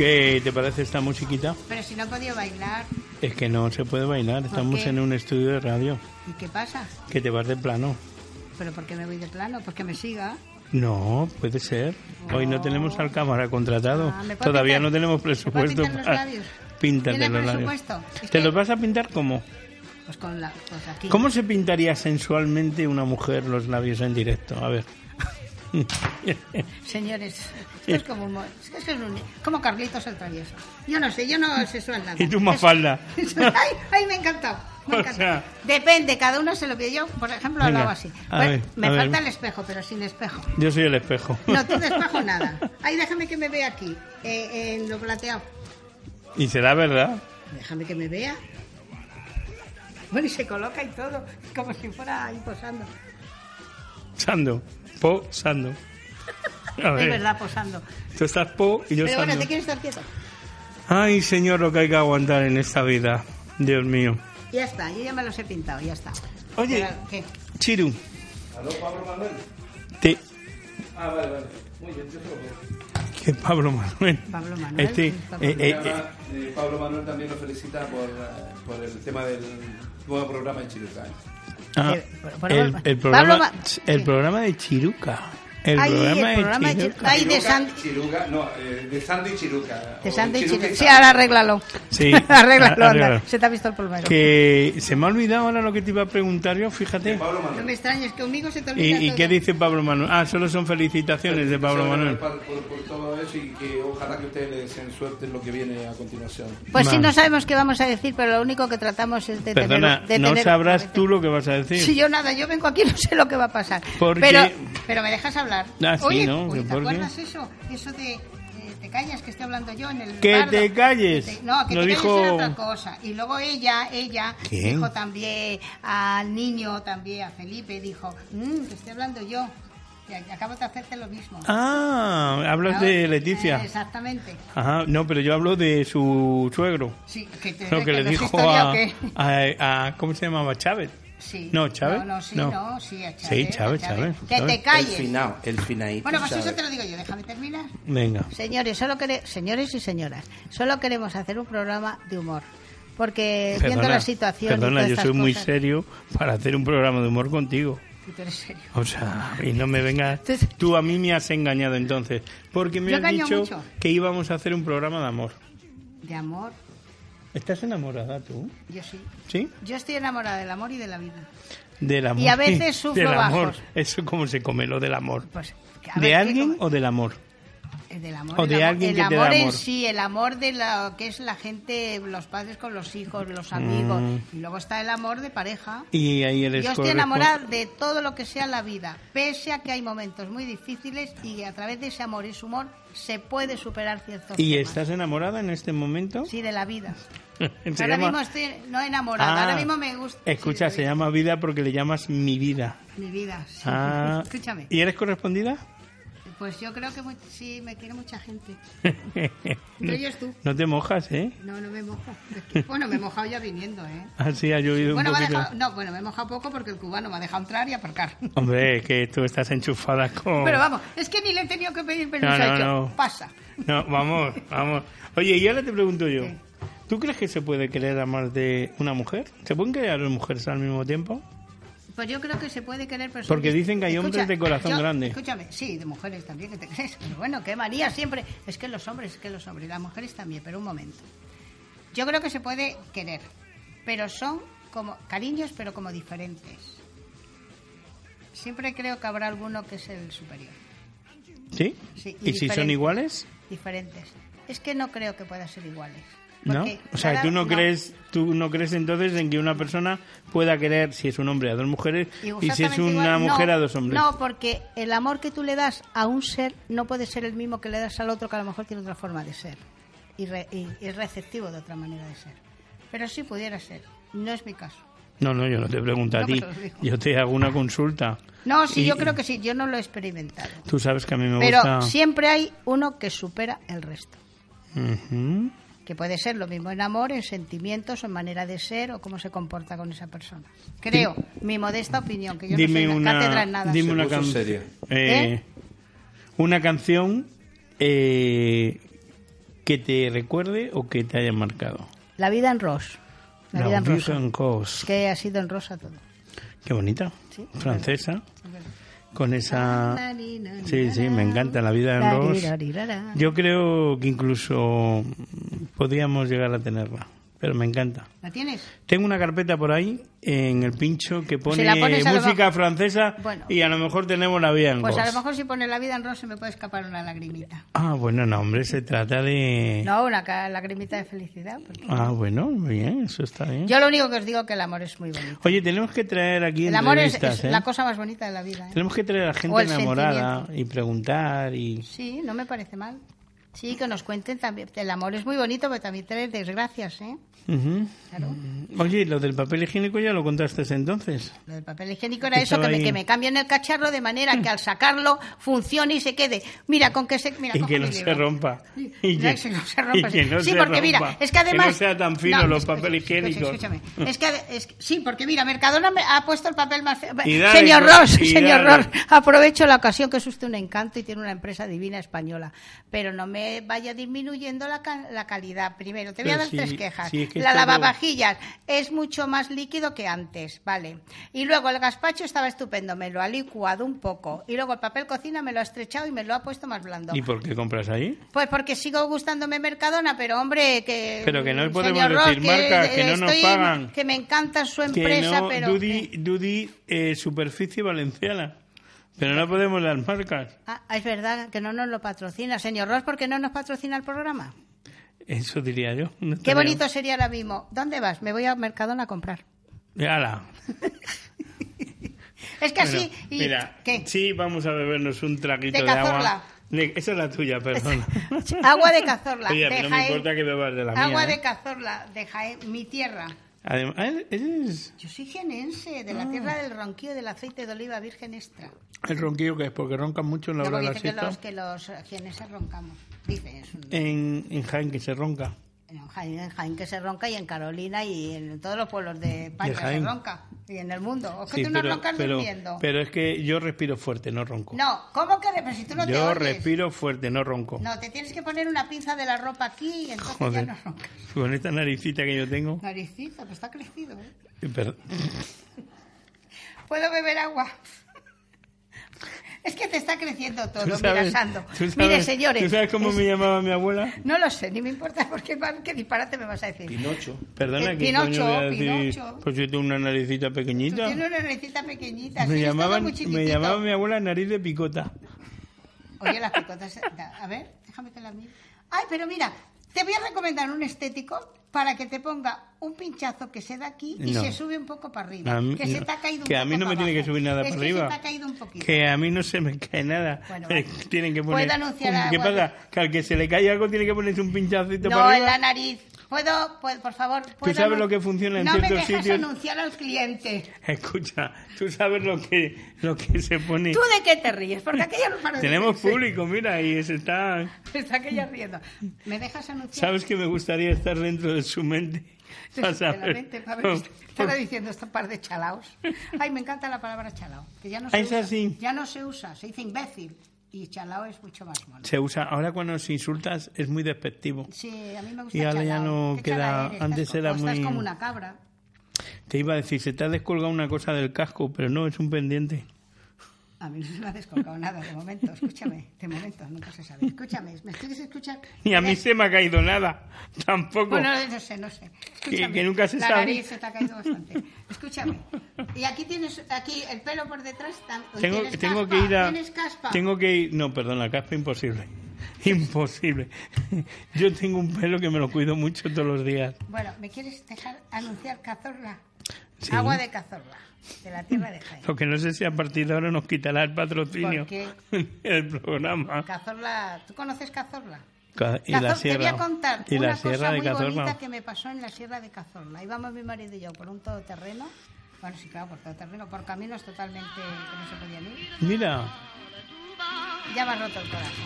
S1: ¿Qué te parece esta musiquita?
S2: Pero si no he podido bailar,
S1: Es que no se puede bailar, estamos
S2: qué?
S1: en un estudio de radio.
S2: ¿y qué pasa?
S1: Que te vas de plano.
S2: ¿Pero por qué me voy de plano? Porque me siga.
S1: No, puede ser. Hoy no tenemos al cámara contratado.
S2: Ah, ¿me puedo
S1: Todavía
S2: pintar?
S1: no tenemos
S2: ¿Me puedo
S1: presupuesto.
S2: pintar los
S1: para-
S2: labios?
S1: Píntate
S2: ¿Tiene
S1: los labios.
S2: presupuesto? Es
S1: ¿Te
S2: que-
S1: los vas a pintar cómo?
S2: Pues con la. Pues aquí.
S1: ¿Cómo se pintaría sensualmente una mujer los labios en directo? A ver.
S2: Señores, esto es como, un mo- es que esto es un- como Carlitos el travieso. Yo no sé, yo no sé suena nada.
S1: Y tú, Mafalda.
S2: Es- ay, ay, me ha encantado. me ha
S1: O
S2: encantado.
S1: sea-
S2: Depende, cada uno se lo pide. Yo, por ejemplo,
S1: Venga,
S2: hablaba así.
S1: a
S2: Bueno,
S1: ver,
S2: me
S1: a ver.
S2: falta el espejo, pero sin espejo.
S1: Yo soy el espejo.
S2: No, tú de espejo nada. Ay, déjame que me vea aquí, eh, en lo plateado.
S1: *laughs* y será verdad.
S2: Déjame que me vea. Bueno, y se coloca y todo, como si fuera ahí posando.
S1: Sando. Po, sando. A
S2: Es
S1: ver.
S2: verdad, posando.
S1: Tú estás po y yo
S2: Pero bueno,
S1: sando.
S2: te quieres estar quieto.
S1: Ay, señor, lo que hay que aguantar en esta vida. Dios mío.
S2: Ya está, yo ya me los he pintado, ya está.
S1: Oye.
S2: Pero, ¿qué?
S1: Chiru,
S3: ¿Aló, Pablo Manuel?
S1: te...
S3: Ah, vale, vale. Muy bien, yo creo que-
S1: Que Pablo Manuel.
S2: Pablo Manuel,
S1: Este,
S2: sí, Pablo
S1: eh, eh, eh,
S3: Además, eh, Pablo Manuel también lo felicita por, eh, por el tema del nuevo programa en Chiluca. ¿eh?
S1: ah,
S2: Eh, por-
S1: el,
S2: por-
S1: el
S2: Pablo
S1: programa,
S2: Ma-
S1: el
S2: sí.
S1: programa de Chiruca. El
S2: Ay, el
S1: programa,
S2: programa de
S1: de
S2: Chiru-
S1: Chiruca.
S2: Ay, de
S3: Chiruca,
S2: Sandy.
S3: Chiruca, no, eh, de Sandy y Chiruca.
S2: Te
S3: O
S2: santo y
S3: Chiruca
S2: chile.
S3: y
S2: Sí,
S3: Sandy.
S2: ahora arréglalo.
S1: Sí,
S2: *laughs* arréglalo,
S1: arréglalo.
S2: anda. Se te ha visto el polvero.
S1: Que se me ha olvidado ahora lo que te iba a preguntar yo, fíjate.
S3: Pablo
S2: No
S3: Manuel.
S2: me extrañes, que conmigo se te
S1: ¿Y,
S2: olvida
S1: y
S2: todo.
S1: qué dice Pablo Manuel? Ah, solo son felicitaciones de Pablo Manuel.
S3: Por, por- por todo eso y que ojalá que ustedes le deseen suerte en lo que viene a continuación.
S2: Pues sí,
S1: Vale.
S2: no sabemos qué vamos a decir, pero lo único que tratamos es de
S1: Perdona,
S2: tener... de
S1: no
S2: tener-
S1: sabrás tú lo que vas a decir.
S2: Si yo nada, yo vengo aquí *laughs* y no sé lo que va a pasar.
S1: Porque-
S2: Pero, pero me dejas hablar.
S1: Ah, sí,
S2: Oye,
S1: ¿no?
S2: uy, ¿te
S1: ¿Por qué?
S2: acuerdas eso? Eso de... eh, Te callas, que estoy hablando yo en el.
S1: Que
S2: bardo.
S1: te calles.
S2: Que te- no, que
S1: Lo
S2: te
S1: dijo-
S2: calles era otra cosa. Y luego ella, ella
S1: ¿Quién?
S2: dijo también al niño, también a Felipe, dijo: "Mm, que estoy hablando yo. Y a- acabo de hacerte lo mismo.
S1: Ah, hablas de
S2: Ahora- Eh,
S1: Leticia.
S2: exactamente.
S1: Ajá, no, pero yo hablo de su suegro.
S2: Sí, que te
S1: Lo que le
S2: los
S1: dijo
S2: historia,
S1: a,
S2: ¿o qué?
S1: a- a- ¿Cómo se llamaba? Chávez.
S2: Sí.
S1: No, Chávez.
S2: No, no, sí,
S1: No.
S2: no, sí, a Chávez.
S1: Sí,
S2: a
S1: Chávez, Chávez,
S2: Que
S1: Chávez.
S2: te calles.
S3: el final.
S2: Bueno, pues eso te lo digo yo, déjame terminar.
S1: Venga.
S2: Señores, solo quere- señores y señoras, solo queremos hacer un programa de humor. Porque viendo
S1: Perdona,
S2: la situación. y
S1: perdona,
S2: todas
S1: yo
S2: estas
S1: soy muy
S2: cosas-
S1: serio para hacer un programa de humor contigo.
S2: Sí, tú eres serio.
S1: O sea, y no me vengas.
S2: Entonces-
S1: Tú a mí me has engañado entonces, porque me
S2: Yo
S1: has
S2: engaño
S1: dicho
S2: mucho.
S1: que íbamos a hacer un programa de amor.
S2: De amor,
S1: ¿Estás enamorada tú?
S2: yo sí.
S1: ¿Sí?
S2: Yo estoy enamorada del amor y de la vida.
S1: Del amor.
S2: Y a veces sufro
S1: Del amor.
S2: bajos.
S1: Eso cómo se come lo del amor.
S2: Pues, a
S1: ¿De
S2: ver,
S1: alguien
S2: ¿qué-
S1: o del amor?
S2: El del amor,
S1: o
S2: el
S1: de
S2: amor-
S1: alguien
S2: el
S1: que te da
S2: amor en
S1: amor.
S2: sí, el amor de lo que es la gente, los padres con los hijos, los amigos.
S1: Mm.
S2: Y luego está el amor de pareja.
S1: Y ahí eres
S2: Yo estoy
S1: correspo-
S2: enamorada de todo lo que sea la vida, pese a que hay momentos muy difíciles y a través de ese amor y su humor se puede superar ciertos
S1: ¿Y
S2: temas.
S1: estás enamorada en este momento?
S2: Sí, de la vida.
S1: *laughs* Se llama-
S2: Ahora mismo estoy no enamorada,
S1: Ah,
S2: ahora mismo me gusta.
S1: Escucha,
S2: sí,
S1: se llama vida porque le llamas mi vida.
S2: Mi vida, sí.
S1: Ah,
S2: *laughs* Escúchame.
S1: ¿Y eres correspondida? *laughs*
S2: Pues yo creo que mu- sí, me quiere mucha gente.
S1: Mm.
S2: Entre ellos tú.
S1: No te mojas, ¿eh?
S2: No, no me mojo. Es que- Bueno, me he mojado ya viniendo, ¿eh?
S1: Así ha llovido *laughs*
S2: Bueno,
S1: un
S2: me ha
S1: poquito.
S2: dejado, no, bueno, me he mojado poco porque el cubano me ha dejado entrar y aparcar.
S1: Hombre, que tú estás enchufada con...
S2: Pero vamos, es que ni le he tenido que pedir permiso.
S1: Oh. No, no,
S2: ha dicho,
S1: no.
S2: Pasa.
S1: No, vamos, vamos. Oye, y ahora te pregunto yo.
S2: ¿Qué?
S1: ¿Tú crees que se puede querer a más de una mujer? ¿Se pueden querer a dos mujeres al mismo tiempo?
S2: Pues yo creo que se puede querer personas.
S1: Porque dicen que hay hombres de corazón grande.
S2: Escúchame, sí, de mujeres también que te *laughs* crees. Pero bueno, que María siempre. Es que los hombres, es que los hombres, las mujeres también, pero un momento. Yo creo que se puede querer, pero son como cariños, pero como diferentes. Siempre creo que habrá alguno que es el superior.
S1: ¿Sí?
S2: Sí,
S1: ¿Y,
S2: y
S1: si son
S2: diferente.
S1: iguales?
S2: Diferentes. Es que no creo que puedan ser iguales.
S1: ¿No?
S2: Porque
S1: O sea,
S2: cada-
S1: tú no, crees, tú no crees entonces en que una persona pueda querer si es un hombre a dos mujeres
S2: Y
S1: y, si es
S2: exactamente
S1: una
S2: igual, no,
S1: mujer a dos hombres.
S2: No, porque el amor que tú le das a un ser no puede ser el mismo que le das al otro que a lo mejor tiene otra forma de ser y, re- y es receptivo de otra manera de ser. Pero sí pudiera ser, no es mi caso.
S1: No, no, yo no te pregunto a
S2: No,
S1: ti.
S2: pero lo digo.
S1: Yo te hago una consulta.
S2: No, sí,
S1: Y-
S2: yo creo que sí, yo no lo he experimentado.
S1: Tú sabes que a mí me
S2: Pero
S1: gusta.
S2: siempre hay uno que supera el resto.
S1: Ujú.
S2: Que puede ser lo mismo en amor, en sentimientos, o en manera de ser o cómo se comporta con esa persona. Creo, mi modesta opinión, que yo
S1: Dime
S2: no soy una, cátedra
S1: una,
S2: en nada.
S1: dime una
S3: puso
S1: canción.
S3: seria.
S2: ¿Eh?
S1: Una canción eh, que te recuerde o que te haya marcado.
S2: La vida en ros. La, vida en
S1: Vida
S2: rosa.
S1: en Cos.
S2: que ha sido en rosa todo.
S1: Qué bonita.
S2: Sí.
S1: Francesa. Con esa. Sí, sí, me encanta la vida en Ros.
S2: Taririrara.
S1: Yo creo que incluso podríamos llegar a tenerla, pero me encanta.
S2: ¿La tienes?
S1: Tengo una carpeta por ahí en el pincho que pone
S2: la pones, a lo
S1: música
S2: mejor-
S1: francesa
S2: Bueno.
S1: y a lo mejor tenemos la vida en
S2: Pues a lo
S1: Gos.
S2: mejor si pones la vida en rosa me puede escapar una lagrimita.
S1: Ah, bueno, no, hombre, se trata de...
S2: No, una ca- lagrimita de felicidad. porque-
S1: Ah, bueno, bien, eso está bien.
S2: Yo lo único que os digo es que el amor es muy bonito.
S1: Oye, tenemos que traer aquí
S2: El amor es,
S1: entrevistas,
S2: es
S1: ¿eh?
S2: la cosa más bonita de la vida. ¿eh?
S1: Tenemos que traer a
S2: O
S1: gente
S2: el
S1: enamorada y preguntar y...
S2: Sí, no me parece mal. Sí, que nos cuenten también. El amor es muy bonito, pero también trae desgracias, ¿eh?
S1: Ujú. Mm.
S2: Claro.
S1: Oye, lo del papel higiénico ya lo contaste entonces.
S2: Lo del papel higiénico era eso,
S1: Estaba
S2: que me,
S1: ahí.
S2: que me cambien el cacharro de manera que al sacarlo funcione y se quede. Mira, con que se... Mira,
S1: y
S2: cojo
S1: que
S2: mi
S1: no se
S2: libro.
S1: rompa.
S2: Sí,
S1: *laughs* Y
S2: no,
S1: que,
S2: se- no se rompa,
S1: y
S2: sí.
S1: que no
S2: sí,
S1: se
S2: porque
S1: rompa.
S2: mira, es que además...
S1: Que no sea tan fino
S2: No,
S1: los
S2: escucha,
S1: papeles
S2: escucha,
S1: higiénicos.
S2: escúchame. Es que, es que- sí, porque mira, Mercadona me ha puesto el papel más... feo.
S1: Y dale,
S2: señor
S1: co-
S2: Ross,
S1: y
S2: *laughs* señor
S1: dale.
S2: Ross, aprovecho la ocasión que es usted un encanto y tiene una empresa divina española. Pero no me vaya disminuyendo la, ca- la calidad. Primero, te voy a
S1: Pero
S2: dar
S1: si-
S2: tres quejas.
S1: si es que
S2: la
S1: todo-
S2: lavavajillas vajillas es mucho más líquido que antes, vale. Y luego el gazpacho estaba estupendo, me lo ha licuado un poco. Y luego el papel cocina me lo ha estrechado y me lo ha puesto más blando.
S1: ¿Y por qué compras ahí?
S2: Pues porque sigo gustándome Mercadona, pero hombre, que.
S1: Pero que no
S2: señor
S1: podemos decir marcas, que no nos pagan.
S2: Que me encanta su
S1: Que
S2: empresa,
S1: no,
S2: pero.
S1: Dudi,
S2: que-
S1: Dudi, eh, superficie valenciana. Pero no podemos las marcas.
S2: Ah, es verdad que no nos lo patrocina. Señor Ross, ¿por qué no nos patrocina el programa?
S1: Eso diría yo. No
S2: Qué
S1: estaría-
S2: bonito sería ahora mismo. ¿Dónde vas? Me voy a Mercadona a comprar.
S1: Ala.
S2: Es que así.
S1: Bueno,
S2: y-
S1: mira,
S2: ¿qué?
S1: sí, vamos a bebernos un traguito
S2: De
S1: de,
S2: cazorla.
S1: agua. De- esa es la tuya, perdona.
S2: Agua *laughs* de cazorla.
S1: Oye, a mí
S2: de
S1: no me
S2: Jaén.
S1: importa que bebas de la mía.
S2: Agua
S1: ¿eh?
S2: de cazorla de Jaén, mi tierra.
S1: Además, ah, es
S2: Yo soy genense, de la
S1: Ah.
S2: tierra del ronquillo y del aceite de oliva virgen extra.
S1: el ronquillo que es, porque roncan mucho en la
S2: No,
S1: hora de
S2: porque
S1: la
S2: dicen que
S1: siesta.
S2: los, que los jienenses roncamos. Dicen, es un-
S1: En, en Jaén, que se ronca.
S2: en Jaén, en Jaén que se ronca y en Carolina y en todos los pueblos de España se
S1: Jaén.
S2: ronca. Y en el mundo. ¿O que
S1: Sí,
S2: tú no
S1: pero,
S2: roncas
S1: pero,
S2: durmiendo?
S1: pero es que yo respiro fuerte, no ronco.
S2: No, ¿cómo que? Pero si tú no te
S1: yo
S2: oyes.
S1: respiro fuerte, no ronco.
S2: No, te tienes que poner una pinza de la ropa aquí y entonces
S1: Joder,
S2: ya no roncas.
S1: con esta naricita que yo tengo.
S2: Naricita, pues está crecido. ¿eh?
S1: Eh, perdón.
S2: ¿Puedo beber agua? *laughs* Es que te está creciendo todo,
S1: ¿Tú
S2: mira,
S1: sabes-
S2: Sando.
S1: tú sabes-
S2: Mire, señores.
S1: ¿Tú sabes cómo
S2: es-
S1: me llamaba mi abuela?
S2: No lo sé, ni me importa *laughs* porque mal- qué disparate me vas a decir.
S3: Pinocho.
S1: Perdona,
S2: Eh,
S1: que
S2: Pinocho,
S1: coño voy a decir?
S2: Pinocho.
S1: Pues yo tengo una naricita
S2: Tú
S1: pequeñita.
S2: tienes una naricita pequeñita.
S1: Me
S2: sí, es todo
S1: llamaban,
S2: muy
S1: me
S2: chiquitito.
S1: llamaba mi abuela nariz de picota.
S2: Oye, las picotas. A ver, déjame que las mire. Ay, pero mira, te voy a recomendar un estético para que te ponga un pinchazo que se da aquí y
S1: No.
S2: se sube un poco para arriba.
S1: A mí-
S2: que se te ha caído un
S1: que
S2: poco
S1: a mí no me
S2: para
S1: tiene que
S2: abajo.
S1: subir nada
S2: Es
S1: para
S2: que
S1: arriba.
S2: Se te ha caído un poquito.
S1: Que a mí no se me cae nada.
S2: Bueno,
S1: Eh,
S2: vale.
S1: Tienen que poner.
S2: Puedo anunciar
S1: un- ¿Qué
S2: algo.
S1: pasa? Que al que se le cae algo tiene que ponerse un pinchacito
S2: No,
S1: para
S2: en
S1: arriba.
S2: la nariz. ¿Puedo, puedo por favor? ¿puedo
S1: sabes
S2: anun-
S1: lo que funciona en
S2: no
S1: ciertos
S2: me dejas
S1: sitios?
S2: anunciar al cliente.
S1: Escucha, tú sabes lo que, lo que se pone.
S2: ¿Tú de qué te ríes? Porque aquella no para de
S1: Tenemos
S2: reírse.
S1: público, mira, y se está.
S2: *laughs* Está aquella riendo. ¿Me dejas anunciar?
S1: Sabes que me gustaría estar dentro de su
S2: *laughs*
S1: mente. *laughs* Para saber.
S2: Sinceramente, a ver, estaba diciendo este par de chalaos. Ay, me encanta la palabra chalao, que ya no se
S1: Ah, es
S2: usa.
S1: así.
S2: Ya no se usa, se dice imbécil. Y chalao es mucho más mono.
S1: Se usa, ahora cuando nos insultas es muy despectivo.
S2: Sí, a mí me gusta
S1: Y ahora ya
S2: chalao.
S1: no
S2: ¿Qué
S1: queda-
S2: chala eres?
S1: antes
S2: Estás co-
S1: era
S2: o estás
S1: muy-
S2: como una cabra.
S1: Te iba a decir, se te ha descolgado una cosa del casco, pero no, es un pendiente. *laughs*
S2: A mí no se me ha descolgado nada de momento, escúchame, de momento, nunca se sabe. Escúchame, ¿me quieres escuchar?
S1: Ni a mí se me ha caído nada, *laughs* tampoco.
S2: Bueno, no sé, no sé. Escúchame,
S1: Que- que nunca se
S2: la
S1: sabe.
S2: nariz se te ha caído bastante. Escúchame. Y aquí tienes, aquí el pelo por detrás. tam- uy,
S1: tengo,
S2: tienes
S1: tengo
S2: caspa,
S1: que ir a.
S2: Tienes caspa.
S1: Tengo que ir. No, perdón, la caspa imposible. *laughs* Imposible. *laughs* Yo tengo un pelo que me lo cuido mucho todos los días.
S2: Bueno, ¿me quieres dejar anunciar cazorla?
S1: Sí.
S2: Agua de cazorla, de la tierra de Jaén.
S1: Lo que no sé si a partir de ahora nos quitará el patrocinio *laughs*
S2: ¿Por qué?
S1: del programa.
S2: Cazorla, ¿tú conoces cazorla?
S1: Ca- Y
S2: Cazor-
S1: la
S2: Te voy
S1: sierra.
S2: a contar
S1: Y la
S2: una cosa
S1: sierra de
S2: muy bonita
S1: Cazorla.
S2: que me pasó en la sierra de Cazorla. Íbamos mi marido y yo por un todoterreno, bueno, sí, claro, por todoterreno, por caminos totalmente que no se podían ir.
S1: Mira,
S2: Ya me ha roto el corazón.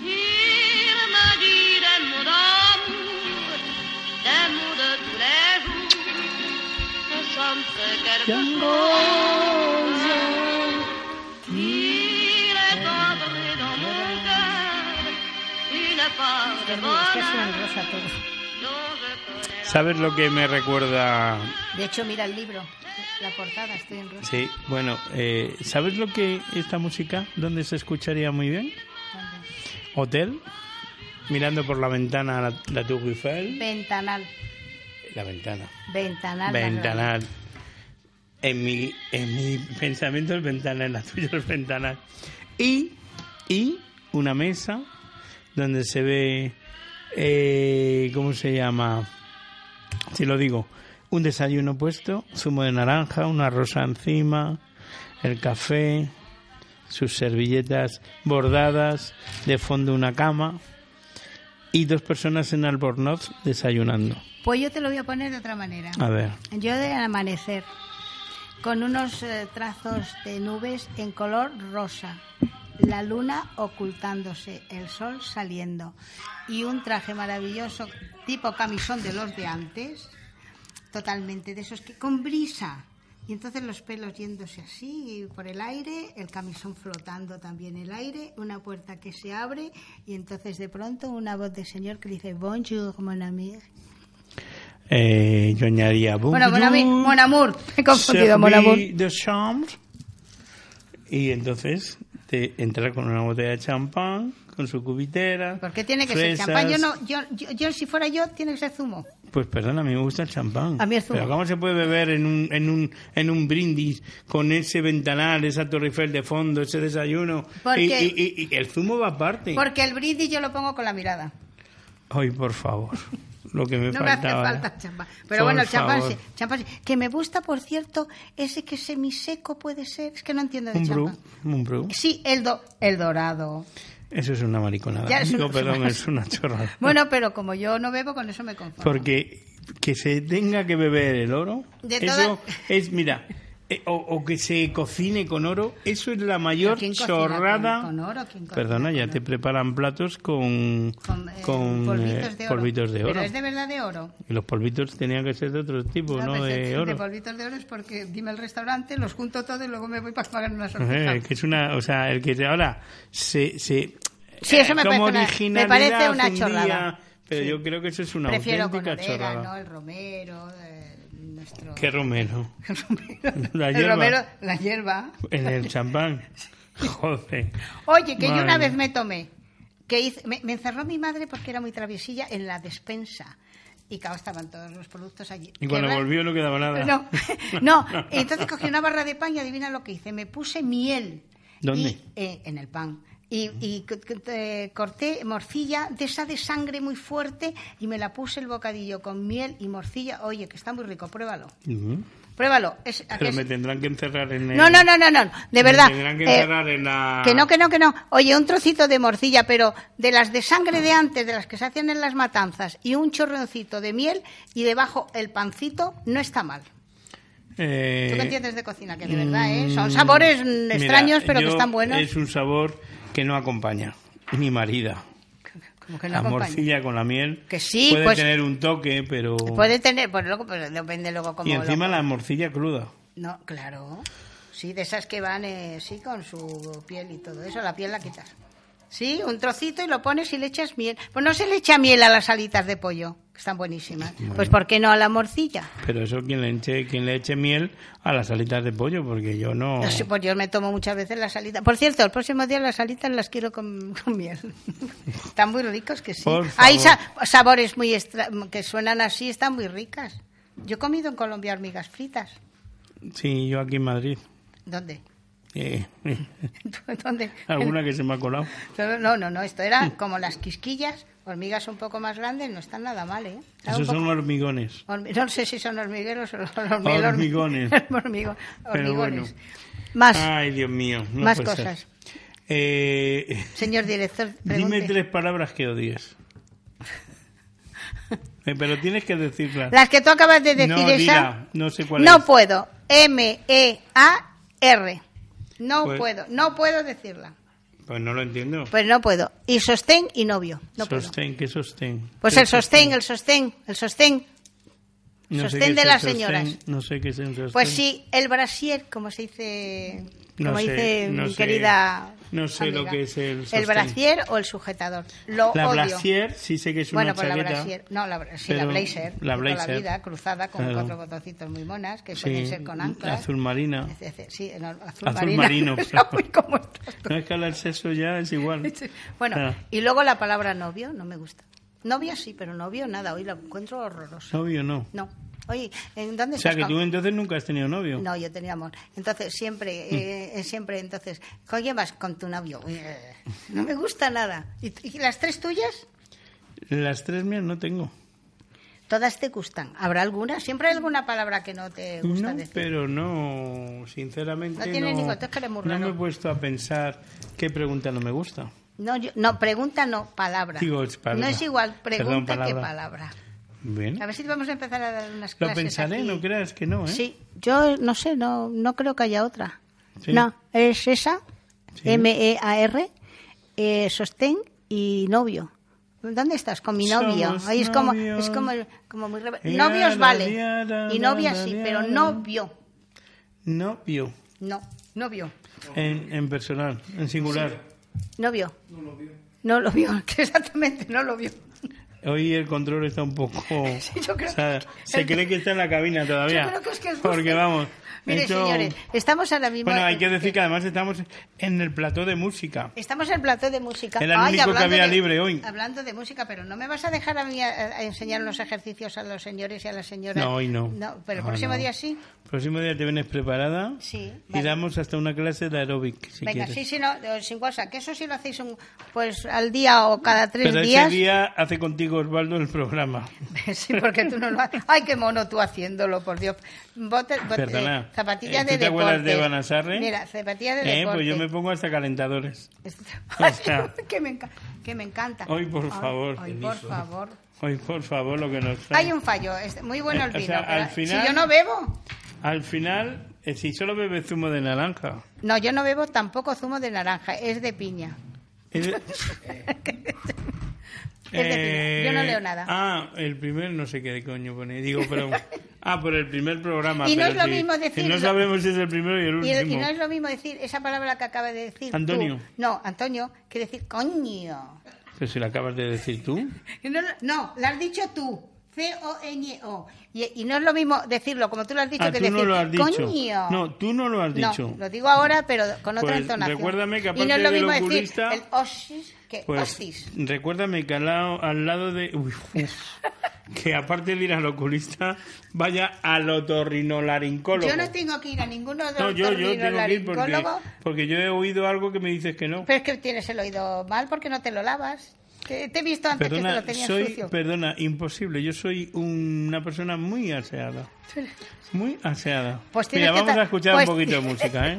S5: Il m'a dit des mots d'amour, des mots de tous les jours. Nous sommes ce quelque chose. Il est entré dans mon cœur une part de
S2: Es que es una
S5: bonheur
S2: rosa todo.
S5: dont je connais la
S1: ¿sabes lo que me recuerda?
S2: De hecho, mira el libro, la portada, estoy en rosa.
S1: Sí, bueno, eh, ¿sabes lo que esta música, dónde se escucharía muy bien?
S2: ¿Dónde?
S1: Hotel, mirando por la ventana la, la Tour Eiffel.
S2: Ventanal,
S1: La ventana.
S2: ventanal.
S1: Ventanal. En mi, en mi *laughs* pensamiento el ventanal, en la tuya el ventanal. Y, y una mesa donde se ve, eh, ¿cómo se llama? Si lo digo, un desayuno puesto, zumo de naranja, una rosa encima, el café, sus servilletas bordadas, de fondo una cama y dos personas en albornoz desayunando.
S2: Pues yo te lo voy a poner de otra manera.
S1: A ver.
S2: Yo de amanecer, con unos eh, trazos de nubes en color rosa, la luna ocultándose, el sol saliendo y un traje maravilloso tipo camisón de los de antes, totalmente de esos que con brisa. Y entonces los pelos yéndose así por el aire, el camisón flotando también el aire, una puerta que se abre y entonces de pronto una voz de señor que le dice Bonjour mon ami.
S1: Eh, yo añadiría
S2: Bueno, mon ami,
S1: bonjour,
S2: mon amour, me he confundido, mon
S1: servir
S2: amour.
S1: de chambre. Y entonces te entra con una botella de champán, con su cubitera.
S2: ¿Por qué tiene que
S1: fresas.
S2: ser champán? Yo, no, yo, yo, yo, si fuera yo, tiene que ser zumo.
S1: Pues perdón, a mí me gusta el champán.
S2: A mí el zumo.
S1: Pero ¿cómo se puede beber en un, en un, en un brindis con ese ventanal, esa Torre Eiffel de fondo, ese desayuno?
S2: Porque-
S1: Y, y- y- y el zumo va aparte.
S2: Porque el brindis yo lo pongo con la mirada.
S1: Ay, por favor. Lo que me
S2: *laughs* No me hace
S1: faltaba. ¿eh?
S2: falta el champán. Pero
S1: Por
S2: bueno, el champán
S1: favor.
S2: sí, champán sí. Que me gusta, por cierto, ese que semiseco puede ser. Es que no entiendo de
S1: Un bru,
S2: champán.
S1: un bru.
S2: Sí, el, do- el dorado.
S1: Eso es una mariconada.
S2: Ya es
S1: Digo,
S2: una-
S1: perdón, es una
S2: *laughs*
S1: chorrada.
S2: Bueno, pero como yo no bebo, con eso me conformo.
S1: Porque que se tenga que beber el oro,
S2: De
S1: eso
S2: todas-
S1: es, mira, eh, o, o que se cocine con oro, eso es la mayor
S2: ¿Pero quién cocina
S1: chorrada.
S2: con- con oro? ¿Quién cocina
S1: Perdona,
S2: con
S1: ya
S2: oro?
S1: te preparan platos con,
S2: Con, eh,
S1: con, eh,
S2: polvitos, de oro.
S1: polvitos de oro.
S2: Pero es de verdad de oro.
S1: Y los polvitos tenían que ser de otro tipo,
S2: Ah,
S1: no,
S2: pues,
S1: de oro.
S2: polvitos de oro es porque dime el restaurante, los junto todo y luego me voy para pagar
S1: *laughs* *laughs*
S2: una
S1: Eh,
S2: sorpresa.
S1: que es una, o sea, el que ahora se, se eh,
S2: Sí, eso me
S1: como
S2: parece una- me
S1: originalidad
S2: parece una
S1: ofendía,
S2: chorrada.
S1: pero
S2: Sí.
S1: yo creo que eso es una
S2: Prefiero con
S1: auténtica chorrada.
S2: orégano, el romero, eh, nuestro...
S1: Qué romero.
S2: *laughs* El romero.
S1: *laughs* La
S2: El
S1: hierba.
S2: romero, la hierba.
S1: En el champán. Joder.
S2: Oye, que yo
S1: Madre
S2: una vez
S1: mía.
S2: me tomé, que hice- me, me encerró mi madre porque era muy traviesilla en la despensa. Y claro, estaban todos los productos allí.
S1: Y cuando
S2: Quebra-
S1: volvió no quedaba nada.
S2: No, no. *laughs* Entonces cogí una barra de pan y adivina lo que hice. Me puse miel.
S1: ¿Dónde?
S2: Y, eh, en el pan. Y, y co- co- eh, corté morcilla de esa de sangre muy fuerte y me la puse el bocadillo con miel y morcilla. Oye, que está muy rico, pruébalo.
S1: Ujú.
S2: *laughs* Pruébalo. Es-
S1: Pero
S2: es-
S1: me tendrán que encerrar en el...
S2: No, no, no, no, no, de verdad.
S1: Me tendrán que
S2: Eh,
S1: encerrar en la...
S2: que no, que no, que no. Oye, un trocito de morcilla, pero de las de sangre de antes, de las que se hacían en las matanzas, y un chorroncito de miel y debajo el pancito, no está mal.
S1: Eh,
S2: Tú que entiendes de cocina, que de verdad, ¿eh? Son
S1: mm,
S2: sabores mm,
S1: mira,
S2: extraños, pero que
S1: yo-
S2: están buenos.
S1: Es un sabor que no acompaña. Ni marida.
S2: Como que no
S1: la
S2: acompaña.
S1: morcilla con la miel
S2: Que sí,
S1: puede
S2: pues-
S1: tener un toque, pero...
S2: Puede tener, pues luego, pero depende luego cómo
S1: y encima
S2: lo-
S1: la morcilla cruda.
S2: No, claro. Sí, de esas que van, eh, sí, con su piel y todo eso, la piel la quitas. Sí, un trocito y lo pones y le echas miel. Pues no se le echa miel a las alitas de pollo, que están buenísimas. Pues ¿por qué no a la morcilla?
S1: Pero eso quien le eche, quien le eche miel a las alitas de pollo, porque yo no.
S2: No sé, pues yo me tomo muchas veces las alitas. Por cierto, el próximo día las alitas las quiero con,
S1: *laughs*
S2: con miel. están muy ricos que sí.
S1: Por
S2: Hay
S1: favor.
S2: sa- sabores muy extra- que suenan así, están muy ricas. Yo he comido en Colombia hormigas fritas.
S1: Sí, yo aquí en Madrid.
S2: ¿Dónde? *laughs*
S1: Eh,
S2: ¿Dónde?
S1: alguna que se me ha
S2: *laughs*
S1: colado.
S2: No, no, no, no, esto era como las quisquillas, hormigas un poco más grandes, no están nada mal, ¿eh? Estaba un
S1: Esos
S2: poco-
S1: son hormigones.
S2: hormi- No sé si son hormigueros o los *laughs*
S1: Hormigones.
S2: hormigones.
S1: Pero bueno. Ah.
S2: Más,
S1: Ay, Dios mío. no
S2: Más
S1: puede ser.
S2: cosas.
S1: Eh, *laughs*
S2: señor director, pregunte.
S1: dime tres palabras que
S2: *laughs*
S1: odies. Eh, pero tienes que decirlas.
S2: Las que tú acabas de decir,
S1: no,
S2: esa.
S1: dila, no sé cuál
S2: no
S1: es.
S2: puedo. M-E-A-R. No
S1: Pues-
S2: puedo. No puedo decirla.
S1: Pues no lo entiendo.
S2: Pues no puedo. Y sostén y novio. No puedo.
S1: sostén, ¿qué sostén?
S2: Pues
S1: ¿Qué
S2: el sostén, el sostén, el sostén.
S1: No sé
S2: sostén
S1: qué es
S2: de
S1: el
S2: las
S1: sostén,
S2: señoras.
S1: No sé qué es el sostén.
S2: Pues sí, el brasier, como se dice,
S1: No
S2: como
S1: sé,
S2: dice
S1: no
S2: mi
S1: sé,
S2: querida.
S1: no sé lo
S2: amiga.
S1: que es el sostén.
S2: El brasier o el sujetador. Lo
S1: La
S2: odio.
S1: brasier sí sé que es
S2: bueno,
S1: una
S2: pues la
S1: chaqueta.
S2: brasier, no, la, bra- sí, la
S1: pero
S2: blazer,
S1: la
S2: de toda la
S1: blazer.
S2: vida, cruzada con
S1: Claro.
S2: cuatro botoncitos muy monas, que
S1: sí,
S2: pueden ser con ¿eh? anclas.
S1: azul marina.
S2: Sí, en azul,
S1: Azul
S2: marina. *laughs*
S1: marino,
S2: Está
S1: claro.
S2: muy como estás tú.
S1: No es que hablar sexo ya es
S2: *laughs*
S1: igual.
S2: Bueno,
S1: Ah,
S2: y luego la palabra novio no me gusta. Novia sí, pero novio nada, hoy la encuentro horrorosa.
S1: novio no.
S2: No. Oye, ¿en dónde
S1: Ah. O sea
S2: estás
S1: que
S2: con-
S1: tú entonces nunca has tenido novio.
S2: No, yo tenía amor. Entonces, siempre,
S1: Mm.
S2: eh, eh, siempre, entonces, ¿con quién vas? Con tu novio. Eh, No me gusta nada. ¿Y, y las tres tuyas?
S1: Las tres mías no tengo.
S2: Todas te gustan. ¿Habrá alguna? Siempre hay alguna palabra que no te gusta
S1: No,
S2: decir.
S1: pero no, sinceramente
S2: No tienes
S1: no-
S2: ni cuenta, es que eres muy
S1: no
S2: raro.
S1: me he puesto a pensar qué pregunta no me gusta.
S2: No, yo- no, pregunta no, palabra.
S1: Digo, es palabra.
S2: No es igual
S1: Perdón,
S2: pregunta que
S1: palabra.
S2: palabra.
S1: Bien.
S2: A ver si vamos a empezar a dar unas
S1: Lo
S2: clases
S1: pensaré,
S2: aquí.
S1: no creas que no, ¿eh?
S2: Sí, yo no sé, no, no creo que haya otra.
S1: Sí.
S2: No, es esa,
S1: Sí.
S2: M-E-A-R, eh, sostén y novio. ¿Dónde estás? Con mi novio.
S1: Somos
S2: Ay, es como,
S1: novios.
S2: es como, como muy rebe-
S1: Y
S2: Novios
S1: ara,
S2: vale.
S1: y ara,
S2: Y novia
S1: ara,
S2: sí,
S1: y
S2: pero
S1: ara.
S2: novio.
S1: Novio,
S2: No, novio.
S1: en, en personal, en singular.
S2: Novio. No lo vio. *laughs* exactamente, no lo vio.
S1: Hoy el control está un poco...
S2: *laughs* Sí, yo creo
S1: o sea,
S2: que-
S1: se cree que está en la cabina todavía.
S2: Yo creo que es que os gusta.
S1: porque vamos...
S2: Mire,
S1: esto-
S2: señores, estamos ahora mismo.
S1: Bueno, hay que
S2: en-
S1: decir que además estamos en el plató de música.
S2: Estamos en el plató de música.
S1: Era el único que
S2: hablando
S1: había
S2: de-
S1: libre hoy.
S2: Hablando de música, pero no me vas a dejar a mí a, a enseñar los ejercicios a los señores y a las señoras.
S1: No, hoy no.
S2: pero el
S1: No,
S2: próximo
S1: no.
S2: día sí.
S1: Próximo día te vienes preparada
S2: Sí,
S1: y
S2: vale.
S1: damos hasta una clase de aeróbic, si
S2: Venga,
S1: quieres.
S2: sí, sí, no, eh, sin cosa. Que eso sí lo hacéis un- pues al día o cada tres
S1: Pero
S2: días.
S1: ese día hace contigo Osvaldo el programa.
S2: *laughs* sí, porque tú no lo haces. Ay, qué mono tú haciéndolo, por Dios. Bote, bote-
S1: Perdona.
S2: zapatillas
S1: Eh, ¿tú
S2: de
S1: te acuerdas
S2: deportes.
S1: de Banasarre?
S2: Mira, zapatillas de
S1: Eh,
S2: deporte.
S1: pues yo me pongo hasta calentadores.
S2: *laughs* Ay,
S1: O sea,
S2: *laughs* que, me enca- que me encanta.
S1: hoy, por
S2: Ay,
S1: favor.
S2: Hoy, por favor.
S1: Hoy, por favor, lo que nos trae.
S2: Hay un fallo, es muy bueno el
S1: Eh, o
S2: vino.
S1: sea,
S2: pero
S1: al final-
S2: Si yo no bebo,
S1: Al final, eh, si solo bebes zumo de naranja.
S2: no, yo no bebo tampoco zumo de naranja, es de piña.
S1: Es
S2: *laughs*
S1: de-
S2: Es de piña. Yo no
S1: Eh,
S2: leo nada.
S1: Ah, el primer no sé qué coño pone. Digo,
S2: *laughs*
S1: pero... Ah, por el primer programa.
S2: Y no
S1: pero
S2: es lo
S1: sí.
S2: mismo
S1: Que
S2: decirlo.
S1: No sabemos si es el primero y el
S2: Y,
S1: último.
S2: y no es lo mismo decir esa palabra que acaba de decir. tú.
S1: Mm, Antonio.
S2: No, Antonio, quiere decir coño.
S1: Pero si lo acabas de decir tú.
S2: Y No, no, la has dicho tú. C-O-N-O. Y, y no es lo mismo decirlo como tú lo has dicho
S1: Ah,
S2: que
S1: tú
S2: decir
S1: no lo has dicho.
S2: coño.
S1: No, tú no lo has
S2: No,
S1: dicho.
S2: lo digo ahora, pero con otra
S1: Pues,
S2: entonación.
S1: recuérdame que
S2: y no
S1: aparte
S2: es lo
S1: del
S2: mismo
S1: oculista,
S2: decir el osis que hostis.
S1: Pues recuérdame que al lado, al lado de... uy, uf, que aparte de ir al oculista, vaya al otorrinolaringólogo.
S2: Yo no tengo que ir a ninguno de los
S1: No, yo, yo tengo que ir porque,
S2: otorrinolaringólogos,
S1: porque yo he oído algo que me dices que no.
S2: Pero es que tienes el oído mal porque no te lo lavas. Que te he visto antes que te
S1: Perdona,
S2: lo tenías
S1: soy,
S2: sucio.
S1: perdona, imposible. Yo soy una persona muy aseada. Muy aseada.
S2: Pues tienes
S1: Mira,
S2: que
S1: vamos
S2: ta-
S1: a escuchar
S2: pues-
S1: un
S2: *laughs*
S1: poquito de música, ¿eh?